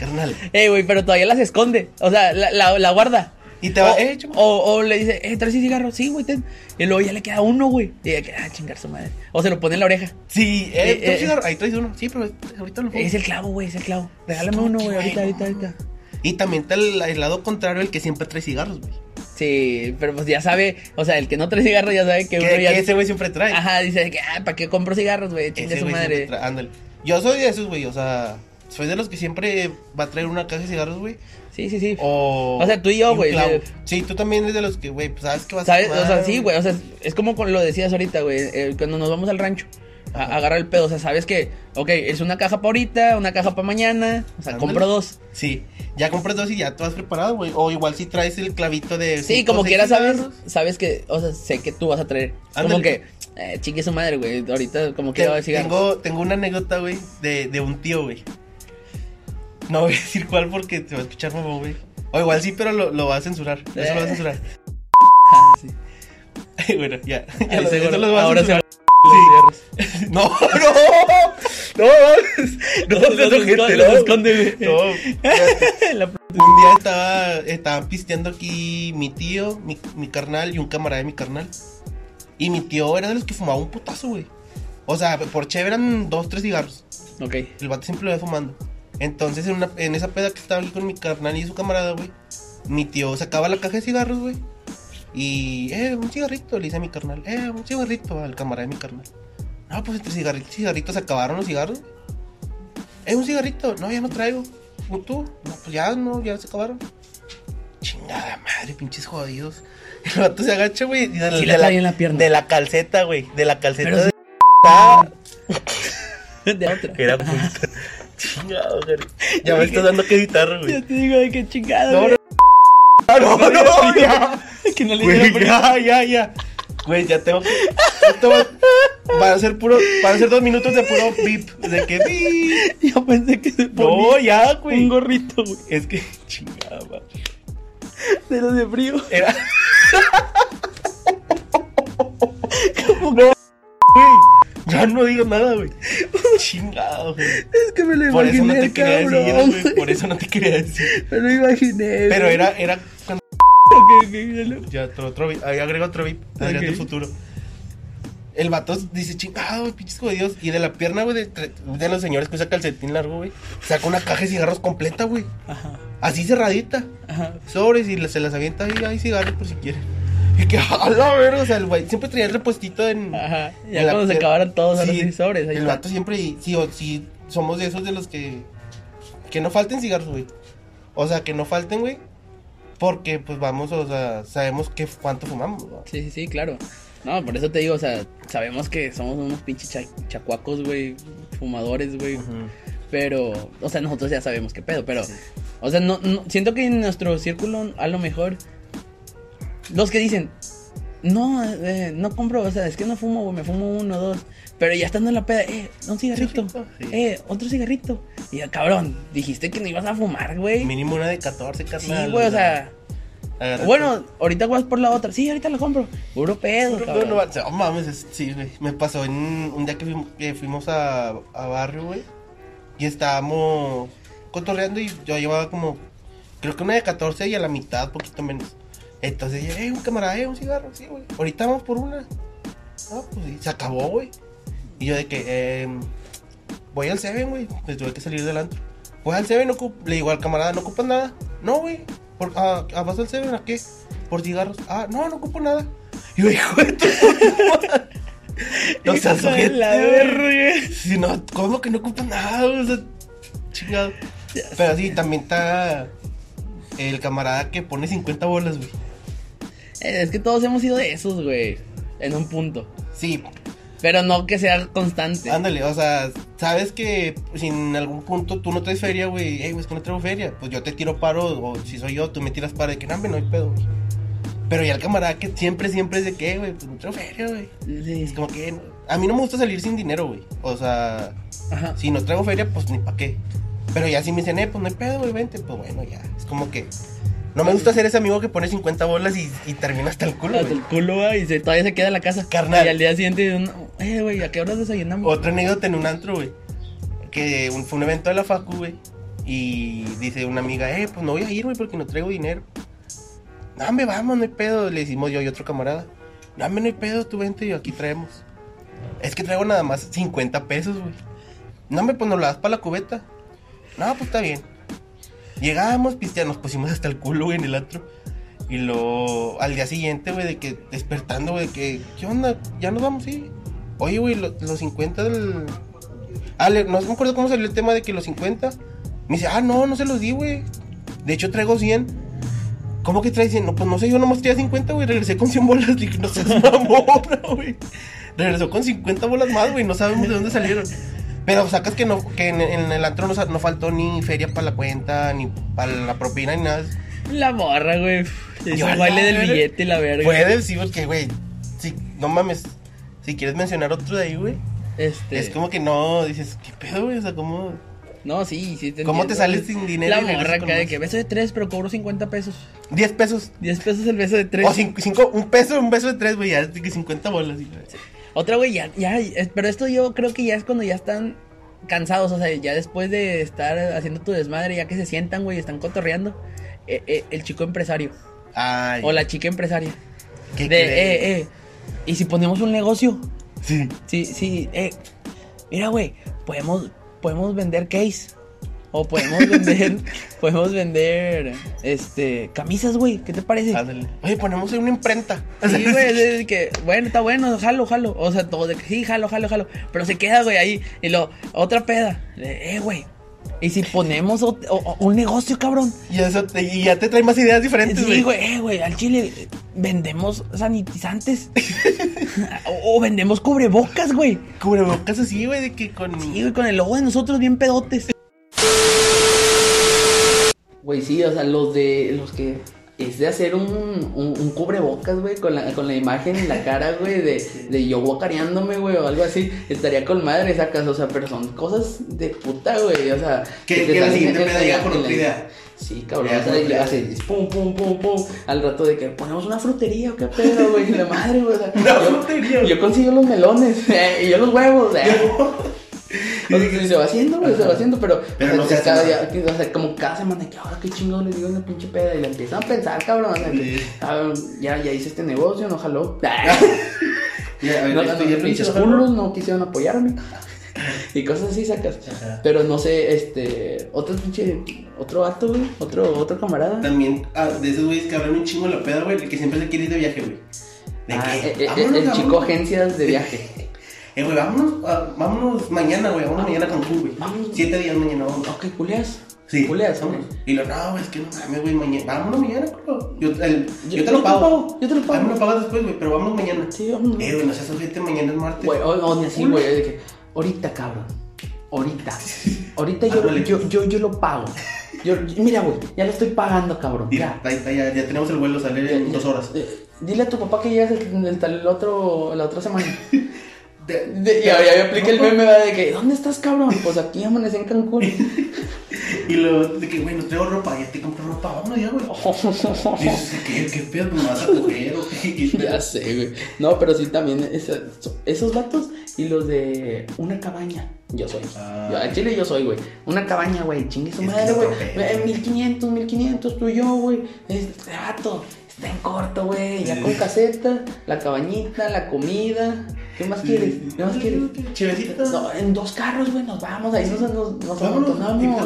Speaker 1: carnal.
Speaker 2: Eh, güey, pero todavía las esconde. O sea, la, la- la guarda.
Speaker 1: Y te va,
Speaker 2: o,
Speaker 1: eh, chamo.
Speaker 2: o, o le dice, eh, traes un cigarro. Sí, güey, ten. Y luego ya le queda uno, güey. Y ella que, ah, chingar su madre. O se lo pone en la oreja.
Speaker 1: Sí, eh,
Speaker 2: eh,
Speaker 1: ¿traes
Speaker 2: eh.
Speaker 1: cigarro? ahí traes uno. Sí, pero ahorita lo fumo.
Speaker 2: Es el clavo, güey, es el clavo. Regálame uno, güey, ahorita, ahorita, ahorita.
Speaker 1: Y también está el, el lado contrario, el que siempre trae cigarros, güey.
Speaker 2: Sí, pero pues ya sabe, o sea, el que no trae cigarro ya sabe que
Speaker 1: Que,
Speaker 2: uno
Speaker 1: que
Speaker 2: ya.
Speaker 1: ese güey siempre trae.
Speaker 2: Ajá, dice que, ah, ¿para qué compro cigarros, güey? Chinga
Speaker 1: Ese
Speaker 2: su
Speaker 1: güey
Speaker 2: madre.
Speaker 1: siempre trae- ándale. Yo soy de esos, güey. O sea, soy de los que siempre va a traer una caja de cigarros, güey.
Speaker 2: Sí, sí, sí.
Speaker 1: O,
Speaker 2: O sea, tú y yo,
Speaker 1: un
Speaker 2: güey,
Speaker 1: clavo.
Speaker 2: de-
Speaker 1: Sí, tú también eres de los que, güey, pues sabes que vas
Speaker 2: ¿Sabes?
Speaker 1: a
Speaker 2: O sea,
Speaker 1: fumar,
Speaker 2: sí, güey. O sea, es, es como con lo decías ahorita, güey. eh, cuando nos vamos al rancho, a- agarra el pedo. O sea, sabes que, ok, es una caja para ahorita, una caja para mañana. O sea,
Speaker 1: Ándale.
Speaker 2: compro dos.
Speaker 1: Sí, ya compras dos y ya tú has preparado, güey. O igual si traes el clavito de.
Speaker 2: Sí,
Speaker 1: cinco,
Speaker 2: como
Speaker 1: seis
Speaker 2: quieras, sabes,
Speaker 1: cigarros,
Speaker 2: sabes que, o sea, sé que tú vas a traer. Es Como que,
Speaker 1: Ándale.
Speaker 2: eh, chingue su madre, güey. Ahorita, como que
Speaker 1: te-
Speaker 2: va a decir.
Speaker 1: tengo, tengo una anécdota, güey, de, de un tío, güey. No voy a decir cuál porque te va a escuchar mamá, güey. O igual sí, pero lo, lo va a censurar. Eso lo
Speaker 2: Eh.
Speaker 1: va a censurar. bueno, ya. ya lo- eso lo va a
Speaker 2: Ahora Ah, se
Speaker 1: censurar.
Speaker 2: van los cigarros.
Speaker 1: No, no. No, no,
Speaker 2: Los
Speaker 1: no, gente,
Speaker 2: esconde,
Speaker 1: no.
Speaker 2: los esconde, güey.
Speaker 1: No, espérate.
Speaker 2: La p-
Speaker 1: Un día estaba, estaban pisteando aquí mi tío, mi, mi carnal y un camarada de mi carnal. Y mi tío era de los que fumaba un putazo, güey. O sea, por chévere eran dos, tres cigarros.
Speaker 2: Ok.
Speaker 1: El vato siempre lo iba fumando. Entonces, en, una- en esa peda que estaba aquí con mi carnal y su camarada, güey, mi tío sacaba la caja de cigarros, güey. Y, eh, un cigarrito, le dice a mi carnal. Eh, un cigarrito al camarada de mi carnal. No, pues entre cigarrito y cigarrito se acabaron los cigarros. Eh, un cigarrito. No, ya no traigo. ¿Un tú? No, pues ya, no, ya se acabaron. Chingada madre, pinches jodidos. El vato se agacha, güey. y de,
Speaker 2: Sí
Speaker 1: de
Speaker 2: la traía en la pierna.
Speaker 1: de la calceta, güey. De la calceta.
Speaker 2: Pero
Speaker 1: de...
Speaker 2: De otra.
Speaker 1: Era puta. Chingado, güey. Ya me estás dando que editar, güey.
Speaker 2: Yo te digo, de qué chingada,
Speaker 1: No,
Speaker 2: güey.
Speaker 1: no. Ah, no, no, ya.
Speaker 2: Que no le
Speaker 1: Güey,
Speaker 2: dijeron
Speaker 1: ya, ya, ya. Güey, ya tengo que. Esto va, va a ser puro. Van a ser dos minutos de puro beep. De que beep.
Speaker 2: Yo pensé que se ponía
Speaker 1: No, ya, güey.
Speaker 2: un gorrito, güey,
Speaker 1: Es que. Chingada, madre.
Speaker 2: de los de frío.
Speaker 1: Era. No, güey. Ya no digo nada, güey. Chingado, güey.
Speaker 2: Es que me lo
Speaker 1: Por eso no
Speaker 2: imaginé,
Speaker 1: te quería
Speaker 2: cabrón.
Speaker 1: decir, güey. Por eso no te quería decir.
Speaker 2: Me lo imaginé.
Speaker 1: Pero
Speaker 2: güey.
Speaker 1: era, era cuando.
Speaker 2: Ok, ok, dale.
Speaker 1: Ya, otro, otro beat. Ahí agrega otro beat. Adrián
Speaker 2: Ok.
Speaker 1: del futuro. El vato dice, chingado, güey, pinches jodidos. Y de la pierna, güey, de, tre- de los señores que usa calcetín largo, güey, saca una caja de cigarros completa, güey.
Speaker 2: Ajá,
Speaker 1: Así cerradita.
Speaker 2: ajá.
Speaker 1: Sobres y le- se las avienta ahí, hay cigarros por si quieren. Y que, a la ver, o sea, el güey siempre traía el repostito en.
Speaker 2: Ajá. Ya
Speaker 1: en la
Speaker 2: cuando se
Speaker 1: pier-
Speaker 2: acabaron todos, ahora sí, sobres. Ahí
Speaker 1: el
Speaker 2: está.
Speaker 1: vato siempre, y- sí, o- sí, somos de esos de los que. Que no falten cigarros, güey. O sea, que no falten, güey. Porque, pues vamos, o sea, sabemos que cuánto fumamos, güey.
Speaker 2: Sí, sí, sí, claro. No, por eso te digo, o sea, sabemos que somos unos pinches cha- chacuacos, güey, fumadores, güey. Pero, o sea, nosotros ya sabemos qué pedo, pero, o sea, no, no- siento que en nuestro círculo, a lo mejor, los que dicen, no, eh, no compro, o sea, es que no fumo, güey, me fumo uno, dos, pero ya estando en la peda, eh, un cigarrito,
Speaker 1: Sí.
Speaker 2: eh, otro cigarrito. Y yo, cabrón, dijiste que no ibas a fumar, güey.
Speaker 1: Mínimo una de 14, carnal.
Speaker 2: Sí, güey, o sea,
Speaker 1: Agárrate.
Speaker 2: bueno, ahorita vas por la otra, sí, ahorita la compro, puro pedo,
Speaker 1: No, no,
Speaker 2: cabrón.
Speaker 1: no, o sea, oh, mames, es- sí, güey. Me pasó en un día que fuimos, que fuimos a, a barrio, güey. Y estábamos cotorreando y yo llevaba como, creo que una de 14 y a la mitad, poquito menos. Entonces, yo, eh, un camarada, eh, un cigarro, sí, güey. Ahorita vamos por una. Ah, pues y se acabó, güey. Y yo de que, eh, voy al Seven, güey. Pues tuve que salir del antro. Voy al Seven, no ocup- le digo al camarada, ¿no ocupas nada? No, güey. Por- ah, ah, ¿Vas al Seven a qué? Por cigarros. Ah, no, no ocupo nada. Y yo, hijo de tu puta madre". No seas
Speaker 2: Hijo de
Speaker 1: ojete,
Speaker 2: la
Speaker 1: güey.
Speaker 2: verga.
Speaker 1: Si no, ¿cómo que no ocupas nada? güey? O sea, chingado. Pero sí, también está el camarada que pone 50 bolas, güey.
Speaker 2: Eh, Es que todos hemos sido de esos, güey, en un punto.
Speaker 1: Sí,
Speaker 2: Pero no que sea constante.
Speaker 1: Ándale, o sea, sabes que si en algún punto tú no traes feria, güey, hey, güey, es que no traigo feria, pues yo te tiro paro, o si soy yo, tú me tiras paro de que no, hombre, no hay pedo, güey. Pero ya el camarada que siempre, siempre es de que, güey, pues no traigo feria, güey.
Speaker 2: Sí.
Speaker 1: Es como que, no- a mí no me gusta salir sin dinero, güey. O sea,
Speaker 2: Ajá.
Speaker 1: si no traigo feria, pues ni pa' qué. Pero ya si me dicen, eh, pues no hay pedo, güey, vente, pues bueno, ya. Es como que, No me gusta ser ese amigo que pone 50 bolas y, y termina hasta el culo.
Speaker 2: Hasta
Speaker 1: güey.
Speaker 2: el culo, güey, y se, todavía se queda en la casa.
Speaker 1: Carnal.
Speaker 2: Y al día siguiente, uno, eh, güey, ¿a qué horas desayunamos?
Speaker 1: Otra anécdota en un antro, güey. Que un- fue un evento de la facu, güey. Y dice una amiga, eh, pues no voy a ir, güey, porque no traigo dinero. No, me vamos, no hay pedo. Le decimos yo y otro camarada. No, me no hay pedo, tú vente y aquí traemos. Es que traigo nada más 50 pesos, güey. No, me pues nos lo das para la cubeta. No, pues está bien. Llegamos, pistea, nos pusimos hasta el culo, güey, en el antro. Y luego, al día siguiente, güey, de que despertando, güey, de que, ¿qué onda? ¿Ya nos vamos? Sí. Oye, güey, lo- los 50 del. Ah, le- no me acuerdo cómo salió el tema de que los 50. Me dice, ah, no, no se los di, güey. De hecho, traigo 100. ¿Cómo que traes 100? No, pues no sé, yo nomás traía 50, güey. Regresé con 100 bolas. Dije, no seas mamona, güey. Regresó con 50 bolas más, güey. No sabemos de dónde salieron. Pero sacas que, no, que en, en el antro no, sa- no faltó ni feria para la cuenta, ni para la propina, ni nada.
Speaker 2: La morra, güey. Es
Speaker 1: Yo
Speaker 2: el
Speaker 1: la
Speaker 2: baile del
Speaker 1: verga.
Speaker 2: billete y la verga.
Speaker 1: Puede, sí, porque, güey, sí, no mames. Si quieres mencionar otro de ahí, güey,
Speaker 2: Este,
Speaker 1: es como que no, dices, ¿qué pedo, güey? O sea, ¿cómo,
Speaker 2: No, sí, sí. Te
Speaker 1: cómo te
Speaker 2: entiendo,
Speaker 1: sales
Speaker 2: güey.
Speaker 1: sin dinero?
Speaker 2: La
Speaker 1: y regresas
Speaker 2: morra
Speaker 1: con
Speaker 2: acá de
Speaker 1: más?
Speaker 2: que beso de tres, pero cobro 50 pesos.
Speaker 1: 10 pesos.
Speaker 2: 10 pesos el beso de tres.
Speaker 1: O 5, un peso, un beso de 3, güey, ya de que 50 bolas. y-
Speaker 2: Otra, güey, ya, ya, eh, pero esto yo creo que ya es cuando ya están cansados, o sea, ya después de estar haciendo tu desmadre, ya que se sientan, güey, están cotorreando, eh, eh, el chico empresario
Speaker 1: Ay,
Speaker 2: o la chica empresaria.
Speaker 1: ¿qué
Speaker 2: De,
Speaker 1: crees?
Speaker 2: eh, eh, y si ponemos un negocio,
Speaker 1: Sí.
Speaker 2: sí, sí, eh, mira, güey, podemos, podemos vender case, o podemos vender, podemos vender, este, camisas, güey, ¿qué te parece?
Speaker 1: Ándale. Oye, ponemos ahí una imprenta.
Speaker 2: Sí, güey, es de que, bueno, está bueno, jalo, jalo. O sea, todo de que sí, jalo, jalo, jalo. Pero se queda, güey, ahí. Y lo, otra peda. Eh, güey. ¿Y si ponemos ot- o- o- un negocio, cabrón?
Speaker 1: Y, eso te- y ya te trae más ideas diferentes,
Speaker 2: Sí, güey, eh, güey, al chile eh, vendemos sanitizantes. o, o vendemos cubrebocas, güey.
Speaker 1: Cubrebocas así, güey, de que con.
Speaker 2: Y, güey, con el logo de nosotros bien pedotes. Güey, sí, o sea, los de. Los que. Es de hacer un, un, un cubrebocas, güey, con la, con la imagen en la cara, güey, de, de yo guacareándome, güey, o algo así. Estaría con madre, sacas, o sea, pero son cosas de puta, güey, o sea.
Speaker 1: Que-
Speaker 2: te
Speaker 1: que la
Speaker 2: salen
Speaker 1: siguiente
Speaker 2: en- en
Speaker 1: peda
Speaker 2: la-
Speaker 1: ya con
Speaker 2: en la-
Speaker 1: otra idea.
Speaker 2: Sí, cabrón,
Speaker 1: Ya
Speaker 2: o sea,
Speaker 1: con otra
Speaker 2: ya
Speaker 1: idea.
Speaker 2: haces pum, pum, pum, pum, al rato de que ponemos una frutería, o qué pedo, güey, la madre, güey, o sea,
Speaker 1: Una
Speaker 2: yo-
Speaker 1: frutería.
Speaker 2: Yo consigo los melones, y yo los huevos, eh. O sea, se- se va haciendo, güey, se va haciendo, pero,
Speaker 1: Pero
Speaker 2: o sea,
Speaker 1: no se hace
Speaker 2: cada
Speaker 1: nada.
Speaker 2: día, o sea, como cada semana, que ahora qué chingón le digo una pinche peda, y le empiezan a pensar, cabrón, de que,
Speaker 1: Sí.
Speaker 2: "Ah, ya, ya hice este negocio, no jaló,
Speaker 1: Ya,
Speaker 2: no,
Speaker 1: esto
Speaker 2: no,
Speaker 1: ya lo
Speaker 2: pinches
Speaker 1: hizo, ¿no?
Speaker 2: culos no quisieron apoyarme, y cosas así sacas,
Speaker 1: Ajá.
Speaker 2: pero no sé, este, otro pinche, otro vato, güey, otro, otro camarada,
Speaker 1: También ah, de esos güeyes que hablan un chingo la peda, güey, el que siempre se quiere ir de viaje, güey. ¿De
Speaker 2: Ah,
Speaker 1: qué?
Speaker 2: eh, eh,
Speaker 1: Vámonos,
Speaker 2: el chico
Speaker 1: vámonos.
Speaker 2: agencias de viaje.
Speaker 1: Eh, güey, vámonos, ah, vámonos mañana, güey, vámonos mañana a Cancún, güey.
Speaker 2: Vámonos.
Speaker 1: Siete días mañana, vámonos.
Speaker 2: Ok, culeas.
Speaker 1: Sí.
Speaker 2: Culeas, ok.
Speaker 1: vámonos. Y lo, no, güey, es que no mames, güey, mañana. Vámonos mañana, culo. Yo, el-
Speaker 2: Yo-
Speaker 1: yo te lo pago.
Speaker 2: Yo te lo
Speaker 1: Ah, me
Speaker 2: pago.
Speaker 1: lo pagas después, güey, pero vamos mañana.
Speaker 2: Sí, vámonos.
Speaker 1: Eh, güey, no seas ojete, mañana es martes.
Speaker 2: Güey, o- o ni así,
Speaker 1: Culo.
Speaker 2: güey. de que, ahorita, cabrón. Ahorita. Ahorita yo,
Speaker 1: Ándale.
Speaker 2: yo, yo, yo lo pago. Yo, yo- mira, güey, ya lo estoy pagando, cabrón.
Speaker 1: Mira, ahí está, ya, ya tenemos el vuelo, sale en dos horas.
Speaker 2: Eh, Dile a tu papá que llegas el, el, tal- el otro, la otra semana.
Speaker 1: De-
Speaker 2: De- y ahora ya me aplica el meme ¿verdad? de que, ¿dónde estás, cabrón? Pues aquí amanecí en Cancún.
Speaker 1: Y lo, de que, güey, no traigo ropa, ya te compro ropa, vámonos ya,
Speaker 2: Oh.
Speaker 1: güey. Dices, ¿qué, qué pedo? ¿Me vas a coger o qué? ¿Qué pedo?
Speaker 2: ya sé, güey. No, pero sí también esa- esos vatos y los de una cabaña. Yo soy.
Speaker 1: Ah.
Speaker 2: Yo, al Chile yo soy, güey. Una cabaña, güey. Chingue su
Speaker 1: Es que
Speaker 2: madre,
Speaker 1: es
Speaker 2: güey.
Speaker 1: otro pedo.
Speaker 2: Eh, 1500, 1500, tú y yo, güey. Este vato. Está en corto, güey. Ya con
Speaker 1: Sí.
Speaker 2: caseta, la cabañita, la comida. ¿Qué
Speaker 1: Ah,
Speaker 2: más quieres? ¿Qué más quieres?
Speaker 1: Chevecita.
Speaker 2: No, en dos carros, güey, nos vamos. Ahí nos, nos,
Speaker 1: Vámonos,
Speaker 2: nos
Speaker 1: invita a tu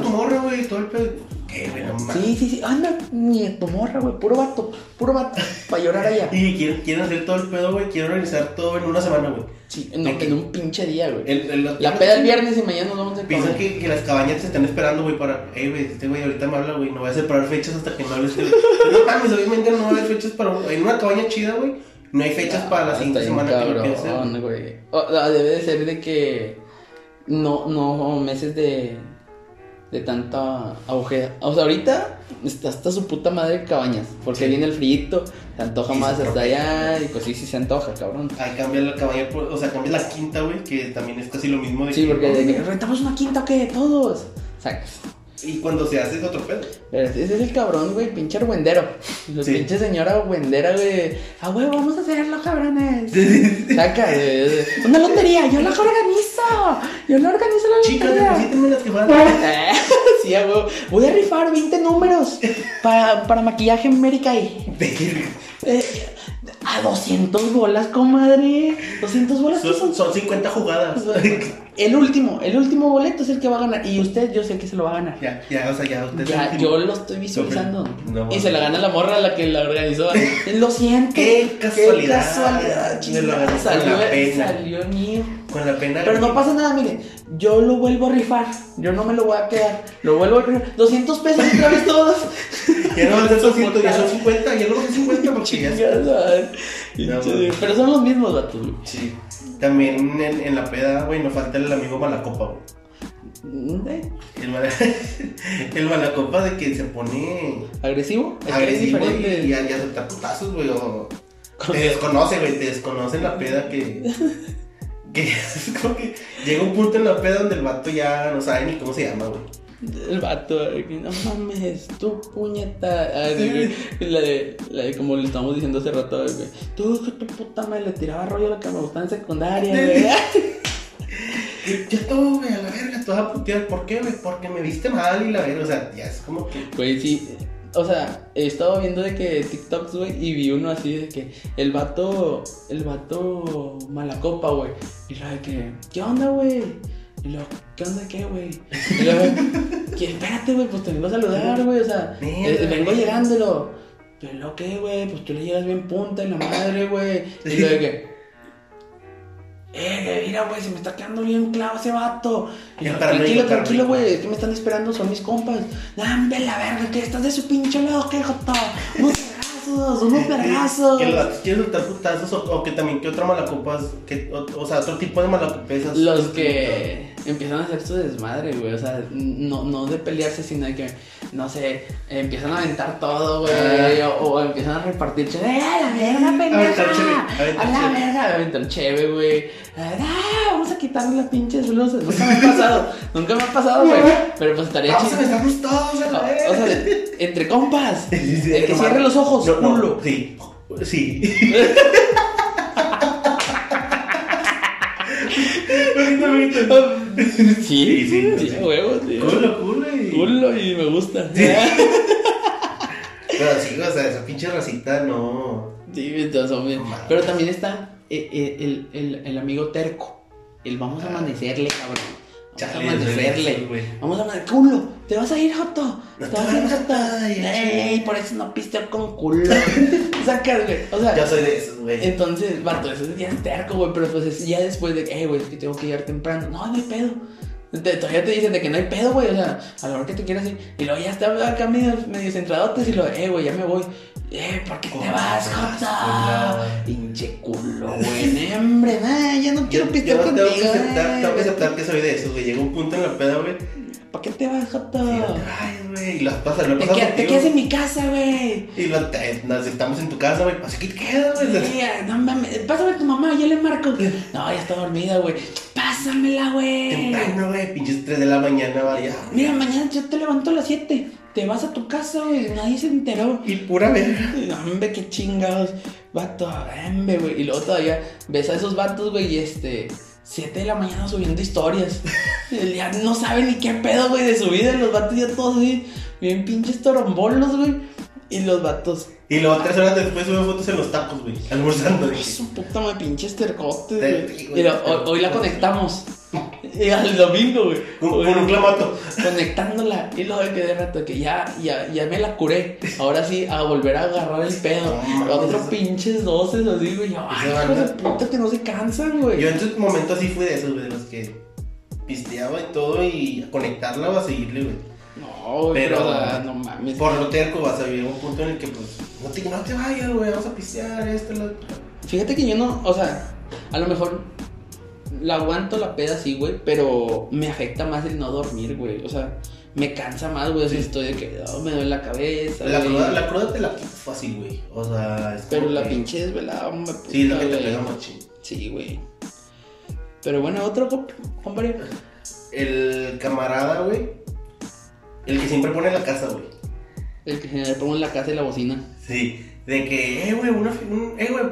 Speaker 2: amontonamos.
Speaker 1: morra, güey, todo el pedo. Qué bueno,
Speaker 2: Sí, sí, sí. Anda, nieto morra, güey. Puro vato. Puro vato. Para llorar allá.
Speaker 1: Y quieren, quieren hacer todo el pedo, güey. Quieren organizar todo en una semana, güey.
Speaker 2: Sí, no,
Speaker 1: De que-
Speaker 2: en un pinche día, güey.
Speaker 1: El- el- los-
Speaker 2: La peda el viernes y mañana nos vamos de
Speaker 1: Piensan
Speaker 2: cabrón.
Speaker 1: que, que las cabañas te están esperando, güey, para. Ey, güey, este güey ahorita me habla, güey. No voy a separar fechas hasta que me hables. este güey". No mames, obviamente no va a haber fechas para. En una cabaña chida, güey, no hay fechas para la
Speaker 2: Ah,
Speaker 1: siguiente
Speaker 2: está bien
Speaker 1: semana que lo
Speaker 2: cabrón,
Speaker 1: quieras hacer. güey.
Speaker 2: güey. O- o debe de ser de que no, no meses de, de tanta agujera. O sea, ahorita está hasta su puta madre de cabañas. Porque viene el frito, se antoja
Speaker 1: Sí,
Speaker 2: más
Speaker 1: se
Speaker 2: hasta
Speaker 1: antoja.
Speaker 2: allá. Y pues sí, sí se antoja, cabrón.
Speaker 1: Ahí cambia la cabaña, por- o sea, cambia la quinta, güey, que también es casi lo mismo. De
Speaker 2: Sí,
Speaker 1: que-
Speaker 2: porque de que, rentamos una quinta o qué, todos. Sacas.
Speaker 1: Y cuando se hace es otro pedo.
Speaker 2: Pero ese es el cabrón, güey, pinche argüendero. La
Speaker 1: Sí.
Speaker 2: pinche señora argüendera, güey. Ah, güey, vamos a hacerlo, cabrones. Saca, güey. Una lotería, yo la organizo. Yo la organizo la
Speaker 1: Chicas,
Speaker 2: lotería.
Speaker 1: deposítenme las que van.
Speaker 2: sí, ah, güey. Voy a rifar 20 números para, para maquillaje en Mary Kay. Eh, a 200 bolas, comadre. 200 bolas, ¿qué
Speaker 1: Son,
Speaker 2: son?
Speaker 1: son 50 jugadas.
Speaker 2: El último, el último boleto es el que va a ganar. Y usted, yo sé que se lo va a ganar.
Speaker 1: ya, ya, o sea, ya. Usted
Speaker 2: Ya,
Speaker 1: se-
Speaker 2: yo lo estoy visualizando.
Speaker 1: No,
Speaker 2: y se la gana la morra a la que la organizó. lo siento.
Speaker 1: Qué casualidad.
Speaker 2: casualidad,
Speaker 1: Me lo
Speaker 2: chingada.
Speaker 1: ganó con
Speaker 2: Salió,
Speaker 1: la pena.
Speaker 2: salió mío.
Speaker 1: Con la pena.
Speaker 2: Pero no pasa nada, mire. Yo lo vuelvo a rifar. Yo no me lo voy a quedar. Lo vuelvo a rifar. 200 pesos otra vez todos.
Speaker 1: Ya no van a ser 200, ya son 50. Ya no van a ser 50 porque ya.
Speaker 2: Chingada.
Speaker 1: Ya, güey.
Speaker 2: Pero son los mismos vatos, güey.
Speaker 1: Sí. También en, en la peda, güey, nos falta el amigo Malacopa, güey.
Speaker 2: ¿Eh?
Speaker 1: El, mala... el Malacopa de que se pone
Speaker 2: ¿Agresivo? Es que es
Speaker 1: agresivo y,
Speaker 2: diferente.
Speaker 1: y, y acepta putazos, güey. O... Te desconoce, güey, te desconoce en la peda que. Que es como que llega un punto en la peda donde el vato ya no sabe ni cómo se llama, güey.
Speaker 2: El vato, eh, que no mames, tú puñeta. Ah, sí, güey. La de, la de como le estábamos diciendo hace rato, güey. Tú, hijo de tu puta madre, le tiraba rollo a la que me gustaba en secundaria, güey.
Speaker 1: Y Ya todo, güey, a la verga, te vas a putear. ¿Por qué, güey? Porque me viste mal y la verga. O sea, ya es como que.
Speaker 2: Güey, sí. O sea, he estado viendo de que TikToks, güey, y vi uno así de que el vato, el vato mala copa, güey. Y la de que, ¿qué onda, güey? Y luego, ¿qué onda qué, güey? Y luego, que espérate, güey, pues te vengo a saludar, güey, o sea, eh, vengo llegándolo. Pero lo que, güey, pues tú le llegas bien punta en la madre, güey. Y luego de que, eh, mira, güey, se me está quedando bien clavo ese vato. Y
Speaker 1: El paramédico,
Speaker 2: yo, tranquilo,
Speaker 1: el
Speaker 2: tranquilo,
Speaker 1: paramédico.
Speaker 2: güey, es que me están esperando, son mis compas. Dame la verga, que estás de su pinche lado, que joto. Unos vergazos, unos vergazos.
Speaker 1: Eh, Que el vato quiere soltar putazos o, o que también que otro malacopas. Que, o, o sea, otro tipo de malacopesas.
Speaker 2: Los que empiezan a hacer su desmadre, güey, o sea, no, no de pelearse, sino de que, no sé, empiezan a aventar todo, güey, o, o empiezan a repartir cheve, ¡eh, a la verga, pendeja!
Speaker 1: Ah. Aventar cheve, aventar
Speaker 2: ¡A la
Speaker 1: cheve.
Speaker 2: verga! Aventar cheve, güey, ¡ah, vamos a quitarle las pinches luces! Nunca me ha pasado, nunca me ha pasado, güey, pero pues estaría
Speaker 1: Ah,
Speaker 2: chido.
Speaker 1: se me están gustados, a
Speaker 2: No,
Speaker 1: la verga.
Speaker 2: Ah, o sea, de- entre compas.
Speaker 1: Sí, sí,
Speaker 2: el que
Speaker 1: no
Speaker 2: cierre
Speaker 1: mames.
Speaker 2: los ojos,
Speaker 1: No, no,
Speaker 2: culo.
Speaker 1: sí, sí. Bonito, bonito.
Speaker 2: Sí, sí,
Speaker 1: Sí, sí, sí.
Speaker 2: a huevo, sí.
Speaker 1: Culo, culo y...
Speaker 2: Culo y me gusta. Sí,
Speaker 1: Sí. Pero sí, o sea, esa pinche racita no...
Speaker 2: entonces, son bien.
Speaker 1: No mames.
Speaker 2: Pero también está eh, eh, el, el- el amigo terco. El vamos a amanecerle, cabrón. Vamos
Speaker 1: Ah. Chale,
Speaker 2: a
Speaker 1: relax,
Speaker 2: amanecerle.
Speaker 1: güey.
Speaker 2: Vamos a amanecer. Culo, te vas a ir, Joto.
Speaker 1: No
Speaker 2: te
Speaker 1: te
Speaker 2: vas a ir,
Speaker 1: vas a
Speaker 2: Joto.
Speaker 1: ir.
Speaker 2: Ey, por eso no pisteo con culo. Sacas, güey. O sea,
Speaker 1: Yo soy de esos, güey.
Speaker 2: Entonces, vato, eso ya es terco, güey. Pero pues es- ya después de que, hey, güey, es que tengo que llegar temprano. No, no hay pedo. Te- todavía te dicen de que no hay pedo, güey. O sea, a la hora que te quieras ir. Y luego ya está acá medio, medio centradotes. Y luego, eh, güey, ya me voy. Eh, ¿por qué te
Speaker 1: Culo,
Speaker 2: vas, Jota?
Speaker 1: culo.
Speaker 2: Pinche culo, güey. No, hombre, nah, ya no quiero
Speaker 1: Yo-
Speaker 2: pistear
Speaker 1: yo
Speaker 2: contigo.
Speaker 1: Tengo que, aceptar,
Speaker 2: eh.
Speaker 1: tengo que aceptar que soy de esos, güey. Llega un punto en la peda, güey.
Speaker 2: ¿Para qué te vas, Jota?
Speaker 1: Y lo traes, güey. Y lo has pasado, lo he
Speaker 2: Te,
Speaker 1: pasado
Speaker 2: qued- te
Speaker 1: contigo.
Speaker 2: quedas en mi casa, güey.
Speaker 1: Y lo traes, nos estamos en tu casa, güey. Así que te quedas, güey.
Speaker 2: Sí, no mames, pásame a tu mamá, ya le marco. No, ya está dormida, güey. Pásamela, güey.
Speaker 1: Temprano, güey. Pinches 3 de la mañana, vaya.
Speaker 2: Mira, mañana yo te levanto a las 7. Te vas a tu casa, güey. Nadie se enteró.
Speaker 1: Y pura verga.
Speaker 2: No, Hombre, qué chingados. Vato, hombre, güey. Y luego todavía ves a esos vatos, güey, y este. 7 de la mañana subiendo historias. El día no saben ni qué pedo, güey, de su vida. Los vatos ya todos así, bien pinches torombolos, güey. Y los vatos,
Speaker 1: Y luego tres horas después sube fotos en los tacos, güey. Almorzando, güey.
Speaker 2: Ay, pues, su puta madre, pinches tercotes,
Speaker 1: Ter-
Speaker 2: güey.
Speaker 1: güey,
Speaker 2: Mira, hoy,
Speaker 1: tercotes.
Speaker 2: hoy la conectamos. Y al domingo, güey.
Speaker 1: Con,
Speaker 2: Hoy-
Speaker 1: con un clamato.
Speaker 2: Conectándola. Y luego que de rato que ya, ya, ya me la curé. Ahora sí, a volver a agarrar el pedo.
Speaker 1: No, mames.
Speaker 2: Otros pinches doces, así, güey. Yo, ay,
Speaker 1: Esa
Speaker 2: hijo de
Speaker 1: banda.
Speaker 2: puta que no se cansan, güey.
Speaker 1: Yo en su momento así fui de esos, güey, de los que pisteaba y todo y a conectarla o a seguirle, güey.
Speaker 2: No, güey, pero,
Speaker 1: Pero-
Speaker 2: o sea, no mames.
Speaker 1: Por lo terco vas a vivir un punto en el que, pues, no te, no te vayas, güey, vamos a pistear, esto, lo otro.
Speaker 2: Fíjate que yo no, o sea, a lo mejor la aguanto la peda sí, güey, pero me afecta más el no dormir, güey. O sea, me cansa más, güey. O sea, estoy de que oh, me duele la cabeza,
Speaker 1: La
Speaker 2: güey.
Speaker 1: cruda, la cruda te la quitas fácil, güey. O sea, es
Speaker 2: Pero
Speaker 1: como
Speaker 2: la
Speaker 1: que-
Speaker 2: pinche desvelada, hombre.
Speaker 1: Sí, es lo
Speaker 2: puta,
Speaker 1: que te
Speaker 2: güey.
Speaker 1: pega machín.
Speaker 2: Sí, güey. Pero bueno, otro, comp- compadre.
Speaker 1: El camarada, güey, El que siempre pone en la casa, güey.
Speaker 2: El que generalmente pongo en la casa y la bocina.
Speaker 1: Sí. De que, eh, güey, una, fi- un- eh, güey,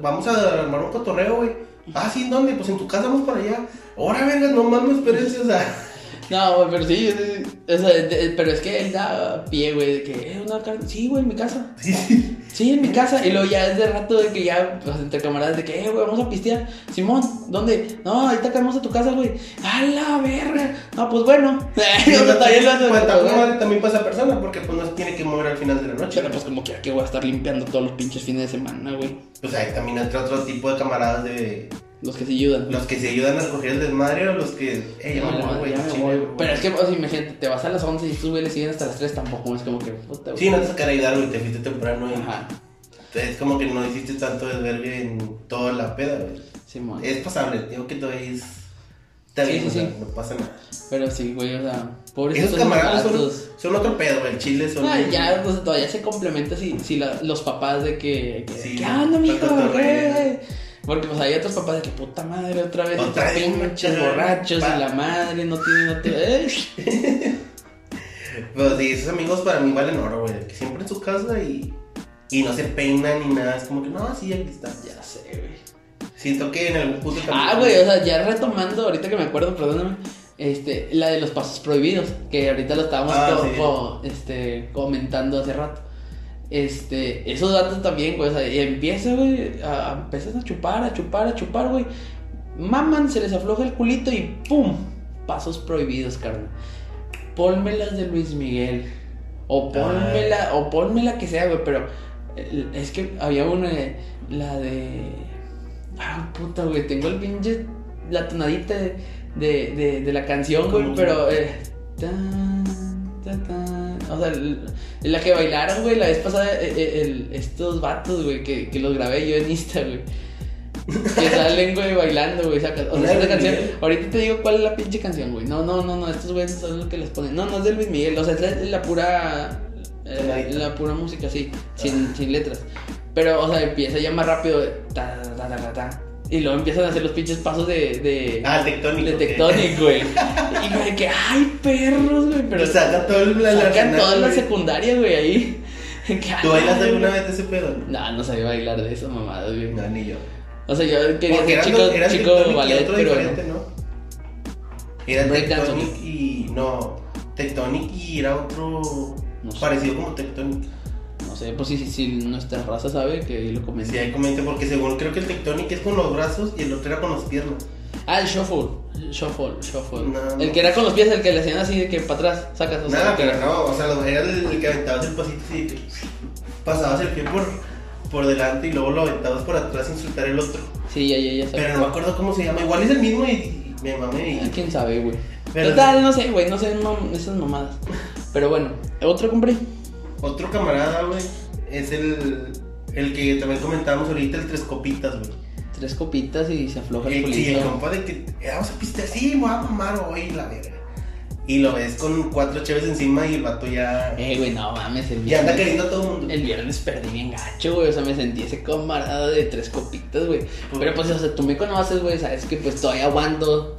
Speaker 1: vamos a armar un cotorreo, güey. Ah, sí, ¿en dónde? Pues en tu casa vamos para allá. Ahora venga, no mames, espérense, o sea.
Speaker 2: No, güey, pero sí, sí, sí. O sea, de- pero es que él da pie, güey, de que, eh, una casa, sí, güey, en mi casa,
Speaker 1: Sí, sí.
Speaker 2: sí, en mi casa, y luego ya es de rato de que ya, pues, entre camaradas, de que, eh, güey, vamos a pistear, Simón, ¿dónde? No, ahorita acá vamos a tu casa, güey, a la verga, no, pues bueno,
Speaker 1: Sí,
Speaker 2: O sea, está
Speaker 1: también,
Speaker 2: bien, lo-
Speaker 1: cuenta,
Speaker 2: lo-
Speaker 1: con madre también pasa persona porque pues no se tiene que mover al final de la noche.
Speaker 2: pero pues como quiera que voy a estar limpiando todos los pinches fines de semana, güey,
Speaker 1: Pues hay también otro, otro tipo de camaradas de
Speaker 2: los que se ayudan.
Speaker 1: los que se ayudan a recoger el desmadre o los que, eh, ya
Speaker 2: No,
Speaker 1: me voy,
Speaker 2: no,
Speaker 1: güey,
Speaker 2: ya me
Speaker 1: chile,
Speaker 2: voy.
Speaker 1: güey.
Speaker 2: Pero es que, o sea, imagínate, te vas a las 11 y estos güey le siguen hasta las 3, tampoco es como que, puta, güey.
Speaker 1: Sí, no te sacan a ayudar, güey, te fuiste temprano y
Speaker 2: Ajá,
Speaker 1: es como que no hiciste tanto desvergue en toda la peda, güey.
Speaker 2: Simón.
Speaker 1: Es pasable, digo que todavía es... Está
Speaker 2: Ah. Sí,
Speaker 1: bien,
Speaker 2: sí,
Speaker 1: o sea,
Speaker 2: sí.
Speaker 1: no pasa nada.
Speaker 2: Pero sí, güey, o sea, pobres
Speaker 1: Esos
Speaker 2: estos
Speaker 1: camaradas son,
Speaker 2: vatos.
Speaker 1: son otro pedo, güey, el chile son...
Speaker 2: Ah, ya, pues todavía se complementa si, si la- los papás de que. que
Speaker 1: Sí,
Speaker 2: ¿Qué
Speaker 1: los
Speaker 2: onda, mijo?
Speaker 1: papás
Speaker 2: ¿Qué?
Speaker 1: también.
Speaker 2: Porque pues hay otros papás de que puta madre, otra vez,
Speaker 1: Otra
Speaker 2: estos
Speaker 1: vez,
Speaker 2: pinches
Speaker 1: pinche
Speaker 2: borrachos
Speaker 1: pa-
Speaker 2: y la madre no tiene, no tiene. ¡Eh!
Speaker 1: Pero sí, esos amigos para mí valen oro, güey, que siempre en su casa y... Y no se peinan ni nada, es como que no, sí, aquí está.
Speaker 2: Ya sé, güey.
Speaker 1: Siento que en algún punto también.
Speaker 2: Ah, güey, o sea, ya retomando, ahorita que me acuerdo, perdóname, este, la de los pasos prohibidos, que ahorita lo estábamos
Speaker 1: Ah,
Speaker 2: co-
Speaker 1: sí.
Speaker 2: co- este, comentando hace rato. Este, esos datos también, güey, o sea, y empieza, güey, a, a- empiezas a chupar, a chupar, a chupar, güey. Maman, se les afloja el culito y ¡pum! Pasos prohibidos, carnal. Pónmelas de Luis Miguel.
Speaker 1: Ah.
Speaker 2: O pónmela, o pónmela que sea, güey, pero el- es que había una, de- la de... Ah, puta, güey, tengo el pinche, la tonadita de, de, de- de la canción, güey,
Speaker 1: ¿Cómo?
Speaker 2: pero... eh, tan, tan, tan. o sea, el- la que bailaron, güey, la vez pasada, eh, eh, el- estos vatos, güey, que, que los grabé yo en Insta, güey. Que salen, güey, bailando, güey. esa can- O
Speaker 1: ¿Una
Speaker 2: sea,
Speaker 1: de
Speaker 2: esa
Speaker 1: Luis
Speaker 2: canción.
Speaker 1: Miguel?
Speaker 2: Ahorita te digo cuál es la pinche canción, güey. No, no, no, no. Estos güeyes son los que les ponen. No, no es de Luis Miguel. O sea, es la, la pura. eh,
Speaker 1: Tonadita.
Speaker 2: la pura música, sí. Sin, sin letras. Pero, o sea, empieza ya más rápido. ta, ta, ta, ta, ta, y luego empiezan a hacer los pinches pasos de. de
Speaker 1: Ah, el tectónico.
Speaker 2: de
Speaker 1: que-
Speaker 2: Tectonic, güey. Y güey, que, ay, perros, güey. Pero
Speaker 1: Pero saca todo el la- la
Speaker 2: sacan
Speaker 1: arsenal,
Speaker 2: todas las
Speaker 1: güey.
Speaker 2: secundarias, güey, ahí.
Speaker 1: ¿Tú bailas
Speaker 2: Ay,
Speaker 1: alguna
Speaker 2: Ah, güey.
Speaker 1: vez de ese pedo? No,
Speaker 2: No, no sabía bailar de eso, mamada, güey.
Speaker 1: no ni yo.
Speaker 2: O sea, yo quería ser chico,
Speaker 1: los- eran
Speaker 2: chico
Speaker 1: Tectonic y
Speaker 2: ballet,
Speaker 1: otro
Speaker 2: pero
Speaker 1: diferente, ¿no? Era
Speaker 2: Breakdance,
Speaker 1: Tectonic y. No. Tectonic y era otro.
Speaker 2: No sé.
Speaker 1: Parecido como Tectonic.
Speaker 2: no sé, pues si sí, sí, nuestra raza sabe que ahí lo comenté.
Speaker 1: Sí, ahí comenté porque según creo que el Tectonic es con los brazos y el otro era con las piernas.
Speaker 2: Ah, el shuffle, shuffle, shuffle.
Speaker 1: No.
Speaker 2: El que era con los pies, el que le hacían así de que para atrás, sacas, o sea,
Speaker 1: Nada,
Speaker 2: que-
Speaker 1: pero no, o sea, lo- era el, el que aventabas el pasito así de que pasabas el pie por, por delante y luego lo aventabas por atrás sin soltar el otro.
Speaker 2: Sí, ya, ya, ya. sabe.
Speaker 1: Pero no me acuerdo cómo se llama. Igual es el mismo y, y me mamé.
Speaker 2: Ah,
Speaker 1: Y...
Speaker 2: ¿Quién sabe, güey?
Speaker 1: Pero-
Speaker 2: Total, no sé, güey, no sé mam- esas mamadas. Pero bueno, otro compré.
Speaker 1: Otro camarada, güey, es el, el que también comentábamos ahorita, el Tres Copitas, güey.
Speaker 2: Tres copitas y se afloja el
Speaker 1: El, sí, el
Speaker 2: culito.
Speaker 1: compa de que "Eh, vamos a pistear, sí, me voy a mamar hoy, la verga. Y lo ves con cuatro cheves encima y el vato ya,
Speaker 2: Eh, güey, no mames, el
Speaker 1: ya anda
Speaker 2: viernes-
Speaker 1: queriendo a todo el mundo.
Speaker 2: El viernes perdí bien gacho, güey. O sea, me sentí ese camarada de tres copitas, güey. Pero pues, o sea, tú me conoces, güey. Sabes que pues todavía aguanto.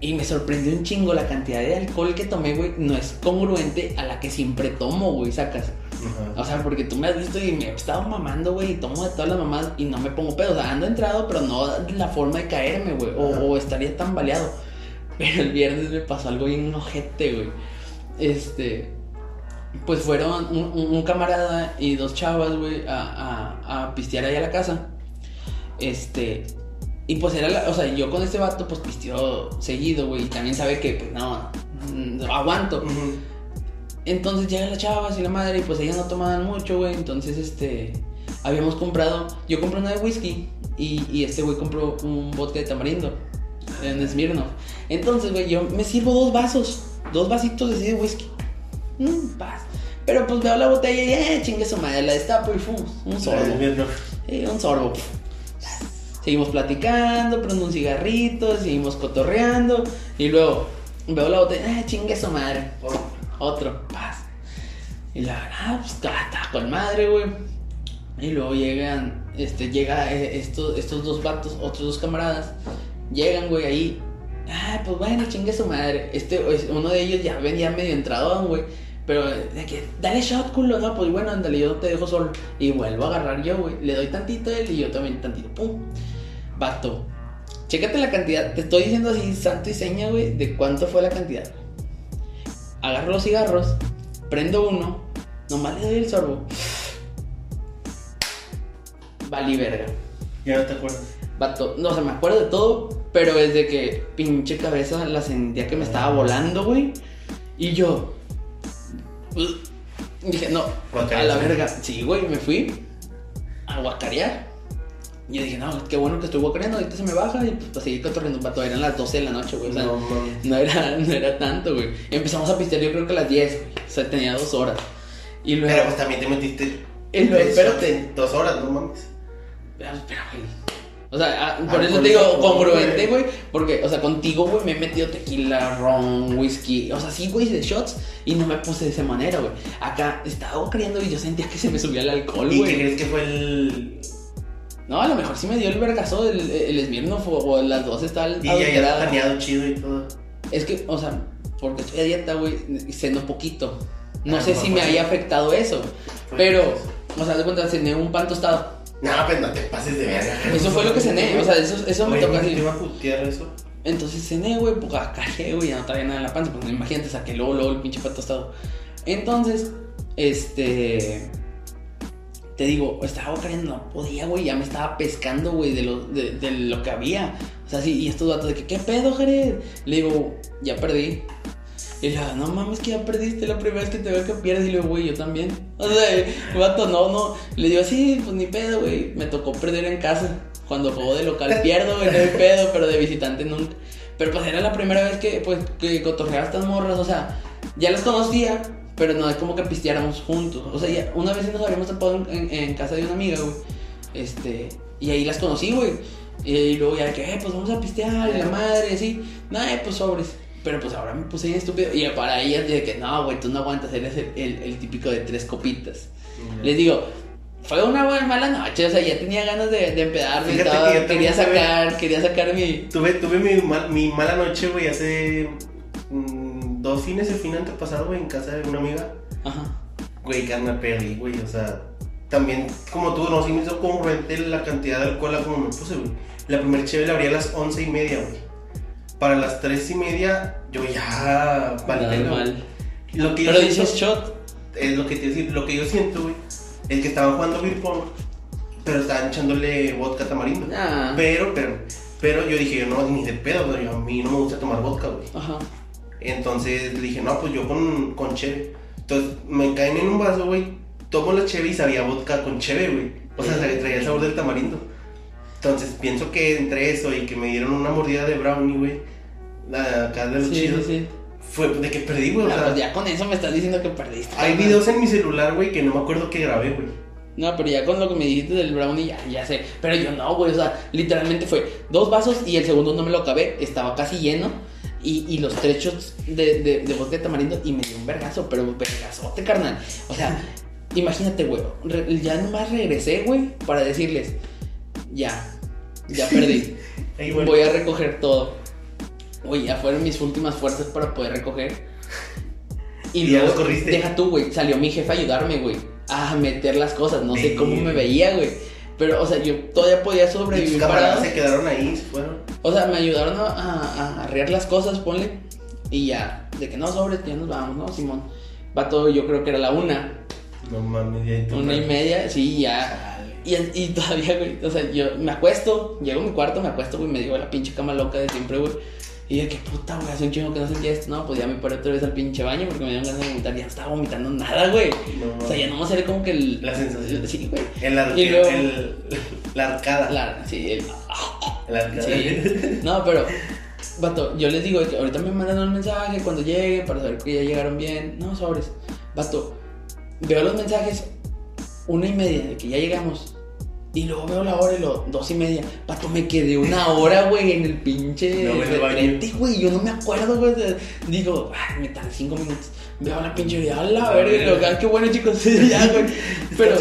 Speaker 2: Y me sorprendió un chingo la cantidad de alcohol que tomé, güey. No es congruente a la que siempre tomo, güey, sacas.
Speaker 1: Ajá.
Speaker 2: O sea, porque tú me has visto y me he estado mamando, güey. Y tomo de todas las mamás y no me pongo pedo. O sea, ando entrado, pero no la forma de caerme, güey. O,
Speaker 1: Ajá.
Speaker 2: o estaría tan baleado. Pero el viernes me pasó algo bien ojete, güey. Este. Pues fueron un, un- un camarada y dos chavas, güey, a, a, a pistear ahí a la casa. Este. Y pues era la- O sea, yo con este vato, pues pisteo seguido, güey. Y también sabe que, pues no, mm, aguanto.
Speaker 1: Ujú.
Speaker 2: Entonces llegan las chavas y la madre, y pues ellas no tomaban mucho, güey. Entonces, este. Habíamos comprado. Yo compré una de whisky y, y este güey compró un vodka de tamarindo en Smirnoff. Entonces, güey, yo me sirvo dos vasos, dos vasitos de ese whisky. Mm, paz. Pero pues veo la botella y, eh, chingue su madre, la destapo y fum, un sorbo.
Speaker 1: El viernes.
Speaker 2: Sí, un sorbo. Seguimos platicando, prendo un cigarrito, seguimos cotorreando. Y luego veo la botella, ah, chingue su madre. Otro, paz. Y la ah, pues ta- ta, con madre, güey. Y luego llegan, este, llega eh, estos, estos dos vatos, otros dos camaradas. Llegan, güey, ahí. ah, pues bueno, chingue su madre. Este, uno de ellos ya venía medio entradón, güey. Pero de que, dale shot, culo, no, pues bueno, ándale, yo te dejo solo. Y vuelvo a agarrar yo, güey. Le doy tantito a él y yo también tantito. Pum. Vato. Chécate la cantidad. Te estoy diciendo así, santo y seña, güey, de cuánto fue la cantidad. Agarro los cigarros, prendo uno, nomás le doy el sorbo. Vali verga.
Speaker 1: Ya no te acuerdas.
Speaker 2: Vato, no, o sea, me acuerdo de todo, pero desde que pinche cabeza la sentía que me estaba volando, güey. Y yo. pues, Dije, no, a la verga. Sí, güey, me fui a guacarear. Yo dije, no, qué bueno que estoy guacareando, ahorita se me baja y pues para seguir cotorreando, vato. Eran las 12 de la noche, güey. O sea,
Speaker 1: No, mames.
Speaker 2: no era, no era tanto, güey. Empezamos a pistear yo creo que a las 10, güey. O sea, tenía dos horas. Y luego.
Speaker 1: Pero pues también te metiste.
Speaker 2: El-
Speaker 1: tres
Speaker 2: espérate.
Speaker 1: shots en dos horas, no mames.
Speaker 2: Ah, Pero, güey. O sea, ah, por
Speaker 1: Ah,
Speaker 2: eso
Speaker 1: por
Speaker 2: te digo
Speaker 1: eso,
Speaker 2: congruente,
Speaker 1: güey.
Speaker 2: güey. Porque, o sea, contigo, güey, me he metido tequila, ron, whisky. O sea, sí, güey, de shots. Y no me puse de esa manera, güey. Acá estaba creyendo y yo sentía que se me subía el alcohol,
Speaker 1: ¿Y qué
Speaker 2: güey.
Speaker 1: crees que fue el.
Speaker 2: No, a lo mejor sí me dio el vergazo del el Smirnoff o, o las dos estaba
Speaker 1: Y ya ya
Speaker 2: adulterada.
Speaker 1: planeado chido y todo.
Speaker 2: Es que, o sea, porque estoy a dieta, güey, ceno poquito. No
Speaker 1: Ah,
Speaker 2: sé
Speaker 1: no,
Speaker 2: si me
Speaker 1: pues,
Speaker 2: haya afectado eso.
Speaker 1: Pues,
Speaker 2: Pero, o sea, de cuenta, cené un pan tostado.
Speaker 1: No, pues no te pases de verga.
Speaker 2: Eso fue lo que cené. O sea, eso, eso me
Speaker 1: Pues, Oye,
Speaker 2: tocó
Speaker 1: ¿no
Speaker 2: así.
Speaker 1: te iba a putear eso?
Speaker 2: Entonces cené, güey, pues cagué, güey, ya no traía nada en la panza, pues imagínate, saqué luego, luego el pinche pato tostado. Entonces, este. Te digo, estaba cayendo, no podía, güey, ya me estaba pescando, güey, de lo, de, de lo que había. O sea, sí, y estos datos de que, ¿qué pedo, Jared? Le digo, ya perdí. Y le digo, no mames, que ya perdiste la primera vez que te veo que pierdes. Y le digo, güey, yo también. O sea, vato, no, no. Le digo, sí, pues ni pedo, güey. Me tocó perder en casa. Cuando juego de local pierdo, güey, no hay pedo, pero de visitante nunca. Pero pues era la primera vez que, pues, que cotorreaba estas morras, o sea, ya las conocía, pero no es como que pisteáramos juntos. O sea, ya una vez nos habíamos tapado en, en- en casa de una amiga, güey. Este, y ahí las conocí, güey. Y, luego ya que, eh, pues vamos a pistear, y la madre, y así. Nah, eh, pues sobres. Pero pues ahora me puse bien estúpido. Y para ellas dije que, no, güey, tú no aguantas, eres el- el- el típico de tres copitas. Les digo, fue una buena mala noche, o sea, ya tenía ganas de, de empedarme y
Speaker 1: Fíjate
Speaker 2: todo,
Speaker 1: que yo
Speaker 2: quería
Speaker 1: también tuve-
Speaker 2: sacar, quería sacar mi...
Speaker 1: Tuve, tuve mi, mal- mi mala noche, güey, hace mm, dos fines, el fin antepasado, güey, en casa de una amiga.
Speaker 2: Ajá.
Speaker 1: Güey, carnal, perdí, güey, o sea, también como tú, no, sí me hizo congruente la cantidad de alcohol a como me puse, güey. La primera cheve la abrí a las once y media, güey. Para las tres y media, yo ya... valté, güey.
Speaker 2: Normal.
Speaker 1: Lo que yo
Speaker 2: Pero
Speaker 1: siento-
Speaker 2: dices shot.
Speaker 1: es lo que te iba a decir, lo que yo siento, güey, es que estaban jugando beer pong, pero estaban echándole vodka tamarindo.
Speaker 2: Ah.
Speaker 1: Pero, pero, pero yo dije, yo no, ni de pedo, güey, a mí no me gusta tomar vodka, güey.
Speaker 2: Ajá.
Speaker 1: Entonces le dije, no, pues yo con, con cheve. Entonces me caen en un vaso, güey, tomo la cheve y sabía vodka con cheve, güey. O sea, sabía- traía el sabor del tamarindo. Entonces pienso que entre eso y que me dieron una mordida de brownie, güey, la- acá de los
Speaker 2: Sí, sí,
Speaker 1: chidos,
Speaker 2: sí.
Speaker 1: fue de que perdí, güey. o
Speaker 2: Ah,
Speaker 1: sea,
Speaker 2: pues ya con eso me estás diciendo que perdiste.
Speaker 1: hay
Speaker 2: carnal.
Speaker 1: videos en mi celular, güey, que no me acuerdo que grabé, güey.
Speaker 2: No, pero ya con lo que me dijiste del brownie, ya, ya sé. Pero yo no, güey, o sea, literalmente fue dos vasos y el segundo no me lo acabé, estaba casi lleno. Y, y los tres shots de, de, de vodka de tamarindo y me dio un vergazo, pero vergazote, carnal. O sea, imagínate, güey, re- ya nomás regresé, güey, para decirles, ya, ya perdí.
Speaker 1: Ahí, güey.
Speaker 2: Voy a recoger todo. Güey, ya fueron mis últimas fuerzas para poder recoger. Y,
Speaker 1: Y ya
Speaker 2: luego,
Speaker 1: los corriste.
Speaker 2: deja tú, güey. Salió mi jefe a ayudarme, güey. A meter las cosas. No sé cómo me
Speaker 1: Verga.
Speaker 2: veía, güey. Pero, o sea, yo todavía podía
Speaker 1: Y tus
Speaker 2: sobrevivir
Speaker 1: camaradas ¿eh?
Speaker 2: parado.
Speaker 1: se quedaron ahí, se fueron.
Speaker 2: O sea, me ayudaron a, a, a arrear las cosas, ponle. Y ya, de que no sobres, ya nos vamos, ¿no, Simón? Va todo, yo creo que era la una.
Speaker 1: No mames, ya ahí tú,
Speaker 2: Una y
Speaker 1: güey.
Speaker 2: media, sí, ya. Y, y todavía, güey, o sea, yo me acuesto, llego a mi cuarto, me acuesto, güey, me digo a la pinche cama loca de siempre, güey. Y de que puta, güey, hace un chingo que no sentía esto. No, pues ya me paré otra vez al pinche baño porque me dieron ganas de vomitar. Ya no estaba vomitando nada, güey.
Speaker 1: No
Speaker 2: O sea, ya no era como que el.
Speaker 1: La sensación.
Speaker 2: Sí, güey.
Speaker 1: El arque-
Speaker 2: Y luego-
Speaker 1: el- la arcada.
Speaker 2: La, sí, el-
Speaker 1: El arcada.
Speaker 2: sí. No, pero. Vato, yo les digo que ahorita me mandan un mensaje cuando lleguen para saber que ya llegaron bien. No, sobres. Vato, veo los mensajes una y media de que ya llegamos. Y luego veo la hora y lo dos y media. Vato, me quedé una hora, güey, en el pinche
Speaker 1: No, en el baño.
Speaker 2: retrete, güey. Yo no me acuerdo, güey. de- Digo, ay, me tardé cinco minutos. Veo la pinche vida, a la
Speaker 1: No,
Speaker 2: verga. y
Speaker 1: no,
Speaker 2: luego,
Speaker 1: no.
Speaker 2: "Ah, qué bueno, chicos. ya, güey. Pero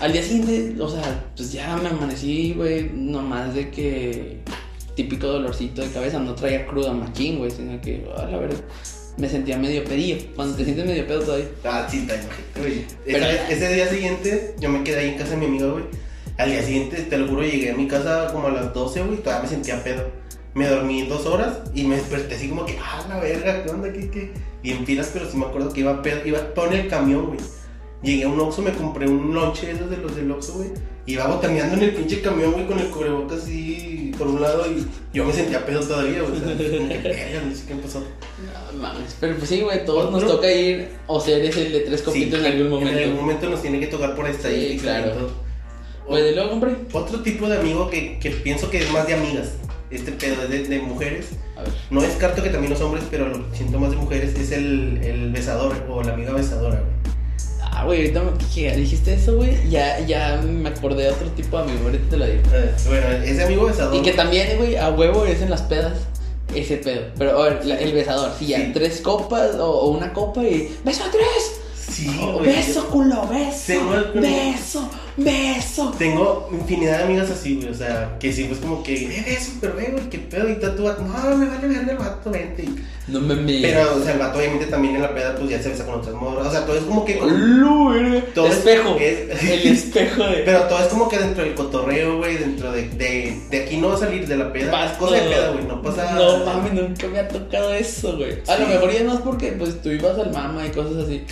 Speaker 2: al día siguiente, o sea, pues ya me amanecí, güey, nomás de que típico dolorcito de cabeza. No traía cruda machín, güey, sino que, a la verdad, me sentía medio pedillo. Cuando te sientes medio pedo todavía.
Speaker 1: Ah, sí, está ojete, güey.
Speaker 2: Pero-
Speaker 1: Ese, ese día siguiente, yo me quedé ahí en casa de mi amiga, güey. Al día siguiente, te lo juro, llegué a mi casa como a las 12, güey, y todavía me sentía pedo. Me dormí dos horas y me desperté así como que, ah, la verga, ¿qué onda? ¿Qué, qué? Bien pilas, pero sí me acuerdo que iba pedo, iba todo en el camión, güey. Llegué a un Oxxo, me compré un lonche de esos de los del Oxxo, güey. Iba botaneando en el pinche camión, güey, con el cubrebocas así por un lado y yo me sentía pedo todavía, güey. O sea, como que, verga, no sé qué pasó.
Speaker 2: No mames. Pero pues sí, güey, todos nos
Speaker 1: Otro.
Speaker 2: toca ir o ser ese el de tres copitos en algún momento.
Speaker 1: En algún momento nos tiene que tocar por estadística.
Speaker 2: Sí, claro.
Speaker 1: y todo.
Speaker 2: Güey, de luego, hombre.
Speaker 1: Otro tipo de amigo que, que pienso que es más de amigas, este pedo es de, de mujeres.
Speaker 2: A ver.
Speaker 1: No descarto que también los hombres, pero lo siento más de mujeres, es el, el besador o la amiga besadora, güey.
Speaker 2: Ah, güey, ahorita me- que dijiste eso, güey. Ya, ya me acordé de otro tipo de amigo, ahorita te lo digo.
Speaker 1: Eh, Bueno, ese amigo besador.
Speaker 2: Ah, Y que también, güey, a huevo es en las pedas. Ese pedo. Pero, a ver, la- el besador. Si ya
Speaker 1: Sí.
Speaker 2: tres copas o, o una copa y. ¡Beso a tres!
Speaker 1: Sí,
Speaker 2: Oh,
Speaker 1: güey.
Speaker 2: ¡Beso, culo! ¡Beso!
Speaker 1: Tengo el-
Speaker 2: ¡Beso! ¡Beso!
Speaker 1: Tengo infinidad de amigas así, güey. O sea, que sí, pues como que, eh, beso, pero ve, güey, qué pedo. Y tú, no, me vale verga el vato, vente. Y-
Speaker 2: No me me.
Speaker 1: Pero, o sea, el vato obviamente también en la peda, pues ya se besa con otras morras. O sea, todo es como que.
Speaker 2: ¡Lu, verga!
Speaker 1: Todo es-
Speaker 2: espejo.
Speaker 1: es-
Speaker 2: El espejo de.
Speaker 1: Pero todo es como que dentro del cotorreo, güey, dentro de, de, de aquí no va a salir de la peda.
Speaker 2: Vas
Speaker 1: cosa de
Speaker 2: todo.
Speaker 1: peda, güey, no pasa
Speaker 2: No mames, nunca me ha tocado eso, güey. A lo
Speaker 1: Sí.
Speaker 2: mejor ya no es porque pues tú ibas al mama y cosas así.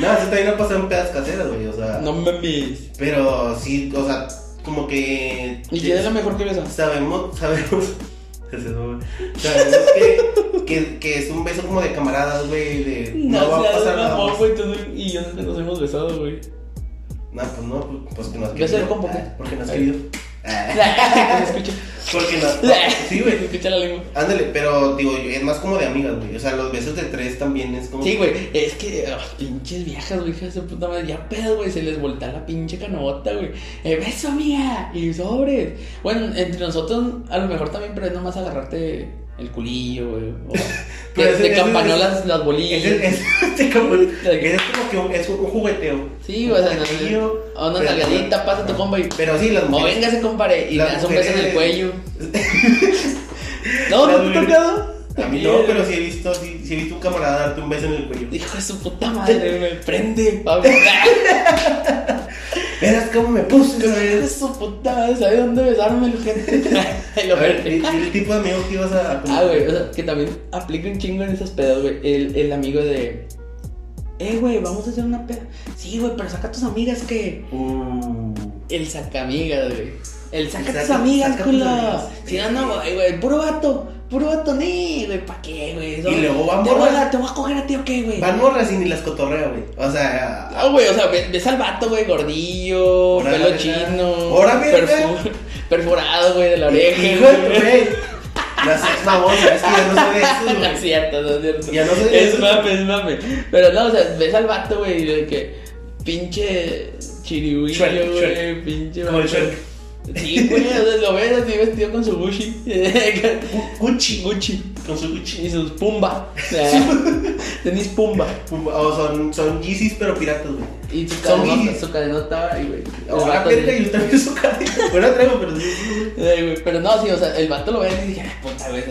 Speaker 1: No, eso también no pasa en pedas caseras, güey, o sea.
Speaker 2: No mames.
Speaker 1: Pero sí, o sea, como que.
Speaker 2: ¿Y qué es lo mejor que besas?
Speaker 1: Sabemos, sabemos. Sabemos que, que, que es un beso como de camaradas, güey, de. No, va a
Speaker 2: seas
Speaker 1: pasar nada.
Speaker 2: mamón,
Speaker 1: más.
Speaker 2: güey, tú no- y yo nunca nos hemos besado, güey.
Speaker 1: No, pues no, pues que no has
Speaker 2: Beso
Speaker 1: querido.
Speaker 2: de combo, ¿qué?
Speaker 1: Ah, Porque no has querido. Ah,
Speaker 2: Que se escuche.
Speaker 1: Porque no. Sí,
Speaker 2: Que se
Speaker 1: güey.
Speaker 2: escucha la lengua.
Speaker 1: Ándale, pero digo, es más como de amigas, güey. O sea, los besos de tres también es como.
Speaker 2: Sí, güey, es que ah, pinches viejas, güey, hijas de puta madre, ya pedas, güey, se les voltea la pinche canobota, güey. Eh, beso, amiga, y sobres. Bueno, entre nosotros, a lo mejor también, pero es nomás agarrarte el culillo, güey. o
Speaker 1: Pero
Speaker 2: Te,
Speaker 1: ese-
Speaker 2: te
Speaker 1: ese-
Speaker 2: campaneó
Speaker 1: ese-
Speaker 2: las, las bolillas.
Speaker 1: Ese- ese- este como- ese es como que un, es un jugueteo.
Speaker 2: Sí, o sea,
Speaker 1: Un
Speaker 2: no sé,
Speaker 1: juguetillo,
Speaker 2: o una
Speaker 1: pero-
Speaker 2: nalgadita, pasa tu compa y.
Speaker 1: Pero sí, las
Speaker 2: O
Speaker 1: mujeres.
Speaker 2: véngase, compadre, y le
Speaker 1: Las
Speaker 2: das un beso en el
Speaker 1: mujeres-
Speaker 2: cuello. No, no te he
Speaker 1: Las
Speaker 2: tocado.
Speaker 1: A mí no, pero sí he visto, sí, sí he visto un camarada darte un beso en el cuello.
Speaker 2: Hijo de su puta madre, me prende, Pablo.
Speaker 1: Verás cómo me puse,
Speaker 2: Hijo de
Speaker 1: ¿sabes?
Speaker 2: su puta madre, ¿sabes dónde besarme, la gente? Y
Speaker 1: A
Speaker 2: lo
Speaker 1: ver, el,
Speaker 2: verde.
Speaker 1: el tipo de amigo que ibas a.
Speaker 2: Ah, güey, o sea, que también aplica un chingo en esas pedas, güey. El, el amigo de. Eh, güey, vamos a hacer una peda. Sí, güey, pero saca a tus amigas que.
Speaker 1: Uh,
Speaker 2: El sacamigas, güey. El saca
Speaker 1: El
Speaker 2: tus
Speaker 1: saca-
Speaker 2: amigas,
Speaker 1: saca tus
Speaker 2: culo.
Speaker 1: amigas.
Speaker 2: Si no, no, güey, güey, puro vato. Puro vato, ni, güey, ¿pa' qué, güey? Eso-
Speaker 1: Y luego van
Speaker 2: Te voy,
Speaker 1: morras.
Speaker 2: a, te voy a coger a ti o qué, güey.
Speaker 1: Van morras y ni las cotorreo, güey. O sea.
Speaker 2: Ah, güey, o sea, ve- ves al vato, güey, gordillo,
Speaker 1: Ora,
Speaker 2: pelo
Speaker 1: verga.
Speaker 2: chino.
Speaker 1: Ora, verga.
Speaker 2: perfu- Perforado, güey, de la oreja.
Speaker 1: Hijo de tu
Speaker 2: güey.
Speaker 1: rey. No seas mamón, ¿sabes? Que ya no sé de eso,
Speaker 2: No es
Speaker 1: güey.
Speaker 2: cierto, no es cierto.
Speaker 1: Ya no sé de
Speaker 2: Es
Speaker 1: eso.
Speaker 2: mame, es mame. Pero no, o sea, ves al vato, güey, de que pinche chirihuillo,
Speaker 1: Shrek,
Speaker 2: güey,
Speaker 1: Shrek.
Speaker 2: pinche
Speaker 1: Como el
Speaker 2: vato. Sí, güey, o sea, lo ves así vestido con su Gucci.
Speaker 1: Gu- Gucci.
Speaker 2: Gucci.
Speaker 1: Con su Gucci.
Speaker 2: Y sus Pumba. O sea, Tenis Pumba.
Speaker 1: O son, son Yeezys, pero piratas, güey.
Speaker 2: Y su
Speaker 1: Son Ah,
Speaker 2: cadenota,
Speaker 1: guiris.
Speaker 2: su cadenota, ay, Ah, güey. el
Speaker 1: Ahora
Speaker 2: vato
Speaker 1: verga,
Speaker 2: así.
Speaker 1: yo también su cadena. Bueno, traigo, pero sí, sí, güey.
Speaker 2: Ay, güey, Pero no, sí, o sea, el vato lo ve y dije, "Ay, puta, güey,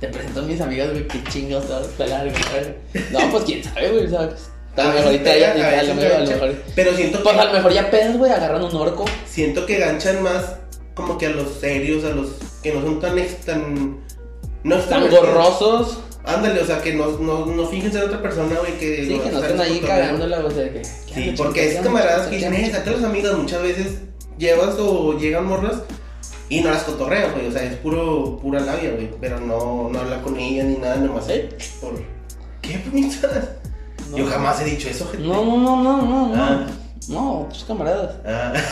Speaker 2: te presento a mis amigas, güey, qué chingados te vas a pelar, güey. No, pues quién sabe, güey, o sea,
Speaker 1: Ah,
Speaker 2: a lo mejor ahorita ya,
Speaker 1: A
Speaker 2: a lo
Speaker 1: veces
Speaker 2: mejor, a lo
Speaker 1: ganchan.
Speaker 2: mejor.
Speaker 1: Pero siento
Speaker 2: Pues a lo
Speaker 1: que,
Speaker 2: mejor ya pedas, güey, agarran un orco.
Speaker 1: siento que ganchan más como que a los serios, a los que no son tan ex- tan no
Speaker 2: Están
Speaker 1: extrovertidos.
Speaker 2: gorrosos.
Speaker 1: Ándale, o sea, que no no no fíjense en otra persona, güey, que
Speaker 2: Sí, que no estén
Speaker 1: están
Speaker 2: ahí
Speaker 1: cotorreando.
Speaker 2: cagándola, o sea, que.
Speaker 1: Sí, porque es camaradas que dicen, eh, saca a los amigos muchas veces llevas o llegan morras y no las cotorreas, güey, o sea, es puro pura labia, güey, pero no no habla con ellas ni nada nomás.
Speaker 2: ¿Eh?
Speaker 1: Por ¿Qué puñetas?
Speaker 2: No.
Speaker 1: Yo jamás he dicho eso, gente.
Speaker 2: No, no, no, no, no, no.
Speaker 1: Ah.
Speaker 2: No, tus camaradas.
Speaker 1: Ah,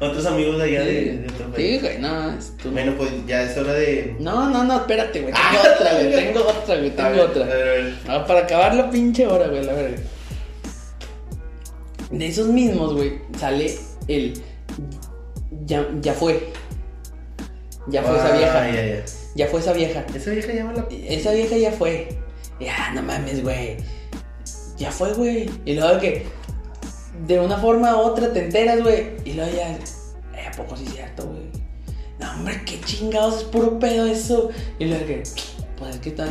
Speaker 1: otros amigos de allá de, de otro país.
Speaker 2: Sí, güey, no, es tú.
Speaker 1: Bueno, pues ya es hora de.
Speaker 2: No, no, no, espérate, güey. Tengo
Speaker 1: Ah,
Speaker 2: otra, güey,
Speaker 1: verga.
Speaker 2: tengo otra, güey,
Speaker 1: A
Speaker 2: tengo
Speaker 1: ver,
Speaker 2: otra.
Speaker 1: a ver, a ver.
Speaker 2: Ah, para acabar la pinche hora, güey, la verga. De esos mismos, güey, sale el. Ya, ya fue. Ya fue esa
Speaker 1: Ah,
Speaker 2: vieja.
Speaker 1: ya, ya.
Speaker 2: Ya fue esa vieja.
Speaker 1: Esa vieja llama la.
Speaker 2: Esa vieja ya fue. Ya, no mames, güey. Ya fue, güey. Y luego que. De una forma u otra te enteras, güey. Y luego ya. eh, ¿A poco sí es cierto, güey? no, hombre, qué chingados, es puro pedo eso. Y le dije, pues es que está.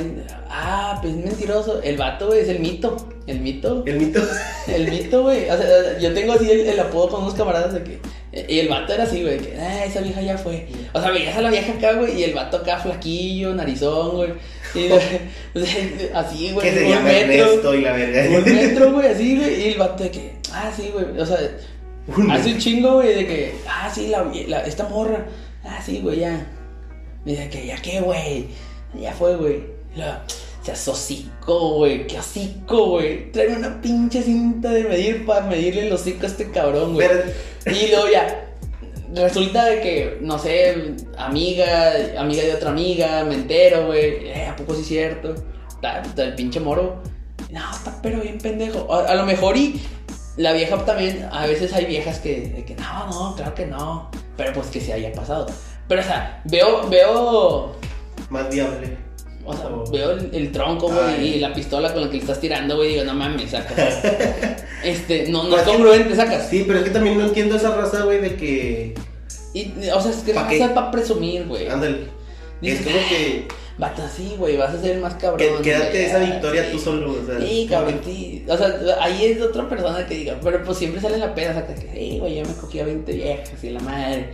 Speaker 2: Ah, pues es mentiroso. El vato, güey, es el mito. El mito.
Speaker 1: El mito.
Speaker 2: El mito, güey. O sea, yo tengo así el, el apodo con unos camaradas de que. Y el vato era así, güey, que, ah, esa vieja ya fue. O sea, veías a la vieja acá, güey, y el vato acá flaquillo, narizón, güey. Y, o sea, así, güey,
Speaker 1: que se
Speaker 2: un
Speaker 1: llama
Speaker 2: metro.
Speaker 1: Ernesto y la
Speaker 2: Un
Speaker 1: verga.
Speaker 2: metro, güey, así, güey. Y el vato de que, ah, sí, güey. O sea,
Speaker 1: Un
Speaker 2: hace un chingo, güey, de que, ah, sí, la, la- esta morra. Ah, sí, güey, ya. Dice que, ya qué, güey. Ya fue, güey. Y luego, Se asocico, güey. Qué hocico, güey. Trae una pinche cinta de medir para medirle el hocico a este cabrón, güey.
Speaker 1: Pero-
Speaker 2: Y luego ya. Resulta de que, no sé, amiga, amiga de otra amiga, me entero, güey. Eh, ¿A poco sí es cierto? Ta- ta- El pinche moro. No, está pero bien pendejo. A, a lo mejor y la vieja también, a veces hay viejas que, de que no, no, claro que no. Pero pues que se haya pasado. Pero o sea, veo, veo
Speaker 1: Más viable.
Speaker 2: o sea,
Speaker 1: Oh.
Speaker 2: veo el, el tronco, güey,
Speaker 1: Ay.
Speaker 2: y la pistola con la que le estás tirando, güey, digo, no mames, sacas. este, no, no
Speaker 1: Pues
Speaker 2: es
Speaker 1: es que-
Speaker 2: congruente, sacas.
Speaker 1: Sí, pero es que también no entiendo esa raza, güey, de que.
Speaker 2: Y, o sea, es que
Speaker 1: ¿Pa' qué? Ah.
Speaker 2: pasa para presumir, güey.
Speaker 1: Ándale. Es
Speaker 2: Dices,
Speaker 1: como que.
Speaker 2: Bata, sí, güey, vas a ser el más cabrón.
Speaker 1: que- Quédate
Speaker 2: güey,
Speaker 1: esa
Speaker 2: ah,
Speaker 1: victoria
Speaker 2: sí.
Speaker 1: tú solo, o sea.
Speaker 2: Sí, cabrón, sí. O sea, ahí es otra persona que diga, pero pues siempre sale la peda, sacas que, sí, güey, yo me cogí a 20 viejas y la madre.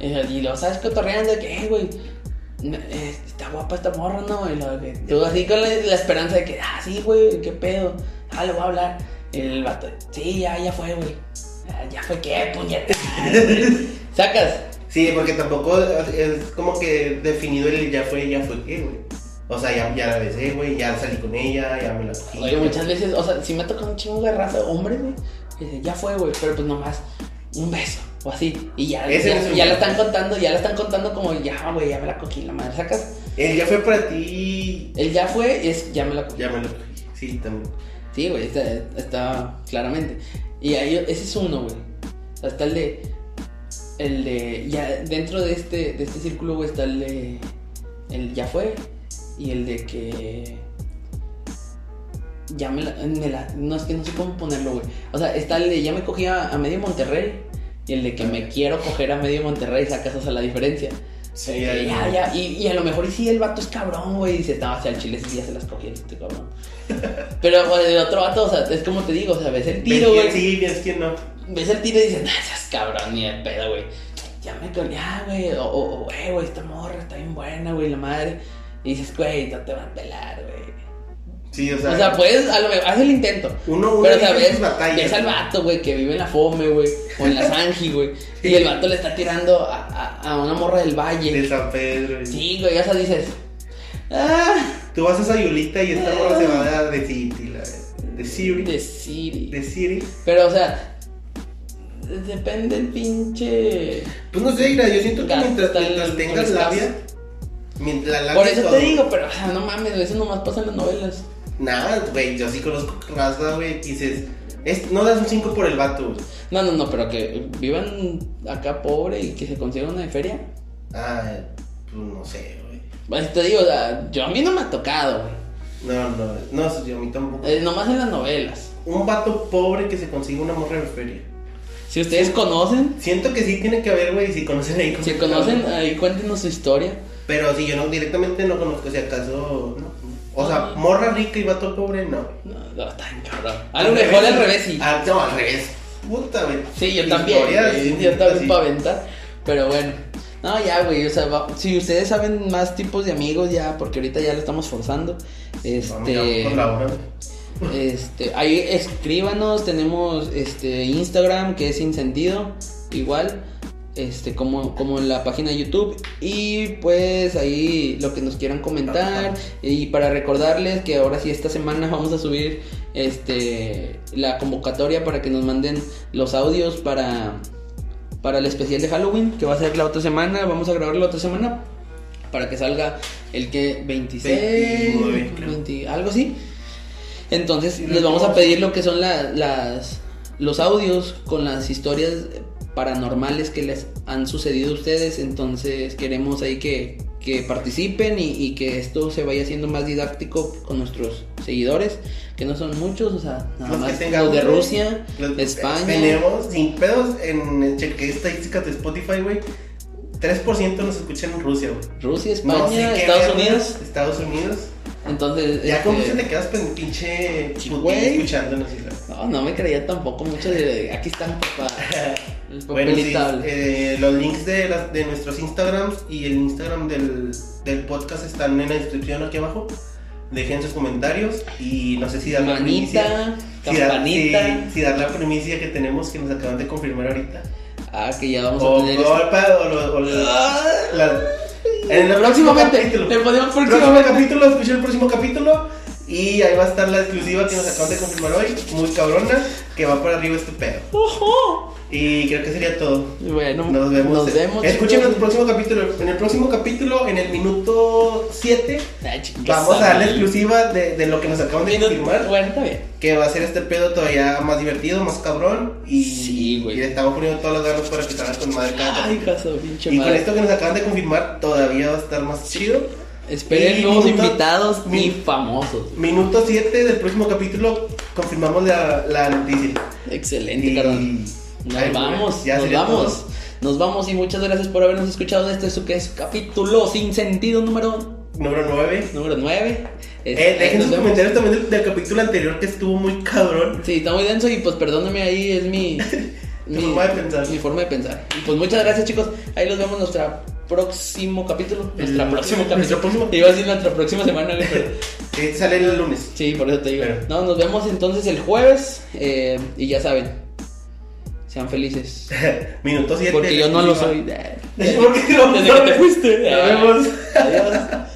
Speaker 2: Eh, Y lo sabes cotorreando de que, "Eh, güey, no, eh, está guapa esta morra, ¿no? Y lo de que tú así con la, la esperanza de que, ah, sí, güey, qué pedo, ah, le voy a hablar. El vato, sí, ya, ya fue, güey. "Ah, Ya fue, ¿qué, puñeta? Sacas.
Speaker 1: Sí, porque tampoco es como que definido el ya fue, ya fue qué, güey. O sea, ya, ya la besé, güey, ya salí con ella, ya me la cogí.
Speaker 2: Oye, muchas veces, o sea, si me ha tocado un chingo de raza, hombre, güey, que dice, ya fue, güey, pero pues nomás un beso o así. Y ya,
Speaker 1: Ese
Speaker 2: ya,
Speaker 1: es un-
Speaker 2: ya la están contando, ya la están contando como, ya, güey, ya me la cogí, la madre, sacas.
Speaker 1: El ya fue para ti,
Speaker 2: El ya fue es, ya me la cogí.
Speaker 1: ya me la cogí. Sí, también.
Speaker 2: Sí, güey, está, está claramente. Y ahí, ese es uno, güey. O sea, Está el de, el de, ya, dentro de este, de este círculo, güey, está el de, el ya fue y el de que... Ya me la, me la- No, es que no sé cómo ponerlo, güey. O sea, está el de ya me cogí a, a medio Monterrey. Y el de que me quiero coger a medio Monterrey, sacas, o sea, la diferencia.
Speaker 1: Sí,
Speaker 2: Eh,
Speaker 1: ahí-
Speaker 2: ya, ya. Y, y a lo mejor y sí el vato es cabrón, güey. y Dice, no, o sea, el chile sí ya se las cogí este cabrón. Pero güey, el otro vato, o sea, es como te digo, o sea, ves el
Speaker 1: ¿Ves
Speaker 2: tiro,
Speaker 1: quién
Speaker 2: güey.
Speaker 1: Sí, ves quién no.
Speaker 2: Ves el tiro y dices, no, seas cabrón, ni de pedo, güey. Ya me colé, ah, güey. O, o, o, eh, güey, esta morra está bien buena, güey, la madre. Y dices, güey, no te van a pelar, güey.
Speaker 1: Sí, o sea.
Speaker 2: O sea, puedes, a lo mejor, haz el intento.
Speaker 1: uno, uno
Speaker 2: Pero, o
Speaker 1: vive
Speaker 2: sea,
Speaker 1: sus
Speaker 2: ves,
Speaker 1: batallas.
Speaker 2: ves al vato, güey, que vive en la Fome, güey, o en la Sanji, güey, y el vato le está tirando a, a- a una morra del Valle.
Speaker 1: De San Pedro. güey.
Speaker 2: Sí, güey, o sea, dices. Ah,
Speaker 1: Tú vas a Sayulita y esta morra se va a dar de City, la de Siri.
Speaker 2: de Siri.
Speaker 1: De Siri.
Speaker 2: Pero, o sea, depende el pinche.
Speaker 1: Pues no sé, mira, yo siento que
Speaker 2: Gasta
Speaker 1: mientras,
Speaker 2: el-
Speaker 1: mientras tengas
Speaker 2: el gas.
Speaker 1: labia, mientras la
Speaker 2: Por
Speaker 1: labia
Speaker 2: eso
Speaker 1: todo.
Speaker 2: te digo, pero, o sea, no mames, eso nomás pasa en las novelas.
Speaker 1: Nada, güey, yo sí conozco raza, güey, que dices, es, no das un 5 por el vato, güey.
Speaker 2: No, no, no, pero que vivan acá pobre y que se consigan una de feria.
Speaker 1: Ah, pues no sé, güey.
Speaker 2: Bueno, te digo, o sea, yo a mí no me ha tocado, güey.
Speaker 1: No, no, no, yo a mí tampoco.
Speaker 2: Eh, nomás en las novelas.
Speaker 1: Un vato pobre que se consigue una morra de feria.
Speaker 2: Si ustedes conocen,
Speaker 1: Siento que sí tiene que haber, güey, si conocen ahí.
Speaker 2: si
Speaker 1: comentan,
Speaker 2: conocen,
Speaker 1: güey.
Speaker 2: ahí cuéntenos su historia.
Speaker 1: Pero si yo no, directamente no conozco, si acaso, no. O sea,
Speaker 2: Ay.
Speaker 1: morra rica y vato pobre, no.
Speaker 2: No, no, está bien cabrón. A lo mejor al revés, sí.
Speaker 1: Ah, no, al revés. Puta, güey.
Speaker 2: Sí, yo también.
Speaker 1: Historias,
Speaker 2: güey,
Speaker 1: sí,
Speaker 2: yo también
Speaker 1: sí.
Speaker 2: para aventar. Pero bueno. No, ya, güey. O sea, va- si ustedes saben más tipos de amigos, ya, porque ahorita ya lo estamos forzando.
Speaker 1: Vamos, ya, por
Speaker 2: Este.
Speaker 1: la hora, güey.
Speaker 2: Este. Ahí escríbanos. Tenemos este Instagram, que es sin sentido. Igual. Este, como, como en la página de YouTube. Y pues ahí lo que nos quieran comentar. Y para recordarles que ahora sí, esta semana vamos a subir este la convocatoria para que nos manden los audios para para el especial de Halloween, que va a ser la otra semana. Vamos a grabar la otra semana para que salga el que 26,
Speaker 1: 29, creo.
Speaker 2: 20, algo así. Entonces
Speaker 1: Sí,
Speaker 2: les vamos a
Speaker 1: no.
Speaker 2: pedir lo que son la- las los audios con las historias paranormales que les han sucedido a ustedes. Entonces queremos ahí que, que participen y, y que esto se vaya haciendo más didáctico con nuestros seguidores, que no son muchos, o sea,
Speaker 1: Los
Speaker 2: nada
Speaker 1: que
Speaker 2: más
Speaker 1: tengan
Speaker 2: los de
Speaker 1: uno,
Speaker 2: Rusia,
Speaker 1: Los-
Speaker 2: España.
Speaker 1: Tenemos sin pedos en el cheque estadísticas de Spotify, güey. 3% nos escuchan en Rusia, güey.
Speaker 2: Rusia, España,
Speaker 1: No sé qué
Speaker 2: Estados
Speaker 1: verga,
Speaker 2: Unidos.
Speaker 1: Estados Unidos.
Speaker 2: Entonces.
Speaker 1: Ya
Speaker 2: este,
Speaker 1: como se te quedas pen- pinche
Speaker 2: Sí,
Speaker 1: Putin
Speaker 2: güey.
Speaker 1: escuchándonos y la-
Speaker 2: No, no me creía tampoco mucho de. Aquí están, papá. El
Speaker 1: Bueno, sí,
Speaker 2: papel y tal.
Speaker 1: eh, los links de, las- de nuestros Instagrams y el Instagram del, del podcast están en la descripción aquí abajo. Dejen sus comentarios y no sé si dar la primicia.
Speaker 2: Manita,
Speaker 1: Si dar-
Speaker 2: campanita.
Speaker 1: si- si dar la primicia que tenemos que nos acaban de confirmar ahorita.
Speaker 2: Ah, que ya vamos a
Speaker 1: O
Speaker 2: tener.
Speaker 1: golpa o, lo- o la-
Speaker 2: Ah,
Speaker 1: la- en el próximo
Speaker 2: próximamente.
Speaker 1: capítulo.
Speaker 2: Le ponemos
Speaker 1: Próximo
Speaker 2: próximamente.
Speaker 1: capítulo, escucha el próximo capítulo. Y ahí va a estar la exclusiva que nos acaban de confirmar hoy. Muy cabrona. Que va por arriba este pedo.
Speaker 2: Ojo.
Speaker 1: Y creo que sería todo.
Speaker 2: Y Bueno,
Speaker 1: Nos vemos.
Speaker 2: Nos vemos.
Speaker 1: Escuchen el
Speaker 2: chicos.
Speaker 1: próximo capítulo. En el próximo capítulo, en el minuto 7,
Speaker 2: Ah, chingas,
Speaker 1: vamos a dar la
Speaker 2: madre.
Speaker 1: exclusiva de, de lo que nos acaban de
Speaker 2: Minuto-
Speaker 1: confirmar.
Speaker 2: Bueno, está bien.
Speaker 1: Que va a ser este pedo todavía más divertido, más cabrón. Y,
Speaker 2: Sí, güey.
Speaker 1: y le estamos poniendo todas las ganas para que salga con madre cada
Speaker 2: Ay,
Speaker 1: capítulo.
Speaker 2: caso, pinche
Speaker 1: Y con
Speaker 2: madre.
Speaker 1: esto que nos acaban de confirmar, todavía va a estar más chido.
Speaker 2: Esperen
Speaker 1: Y
Speaker 2: nuevos
Speaker 1: minuto-
Speaker 2: invitados y
Speaker 1: min-
Speaker 2: famosos.
Speaker 1: Minuto 7 del próximo capítulo, confirmamos la, la noticia.
Speaker 2: Excelente,
Speaker 1: Y-
Speaker 2: carnal. Nos
Speaker 1: Ay, güey,
Speaker 2: vamos,
Speaker 1: ya
Speaker 2: nos
Speaker 1: sería
Speaker 2: vamos.
Speaker 1: todo.
Speaker 2: Nos vamos y muchas gracias por habernos escuchado en este su que es capítulo sin sentido número
Speaker 1: Número 9.
Speaker 2: número Este, 9.
Speaker 1: Eh, dejen sus comentarios también del, del capítulo anterior que estuvo muy cabrón.
Speaker 2: Sí, está muy denso y pues perdóname ahí es mi mi
Speaker 1: forma de pensar.
Speaker 2: Mi forma de pensar. Y pues muchas gracias, chicos. Ahí los vemos en nuestro próximo capítulo, nuestra
Speaker 1: El-
Speaker 2: próximo
Speaker 1: nuestro
Speaker 2: capítulo.
Speaker 1: próximo-
Speaker 2: Iba a decir nuestra próxima semana, güey, pero
Speaker 1: Eh, sale el lunes.
Speaker 2: Sí, por eso te digo.
Speaker 1: Pero-
Speaker 2: No, nos vemos entonces el jueves eh, y ya saben. Sean felices.
Speaker 1: Minuto 7.
Speaker 2: Porque yo no lo soy.
Speaker 1: ¿Por qué no?
Speaker 2: Desde que te fuiste.
Speaker 1: Nos vemos.
Speaker 2: Adiós.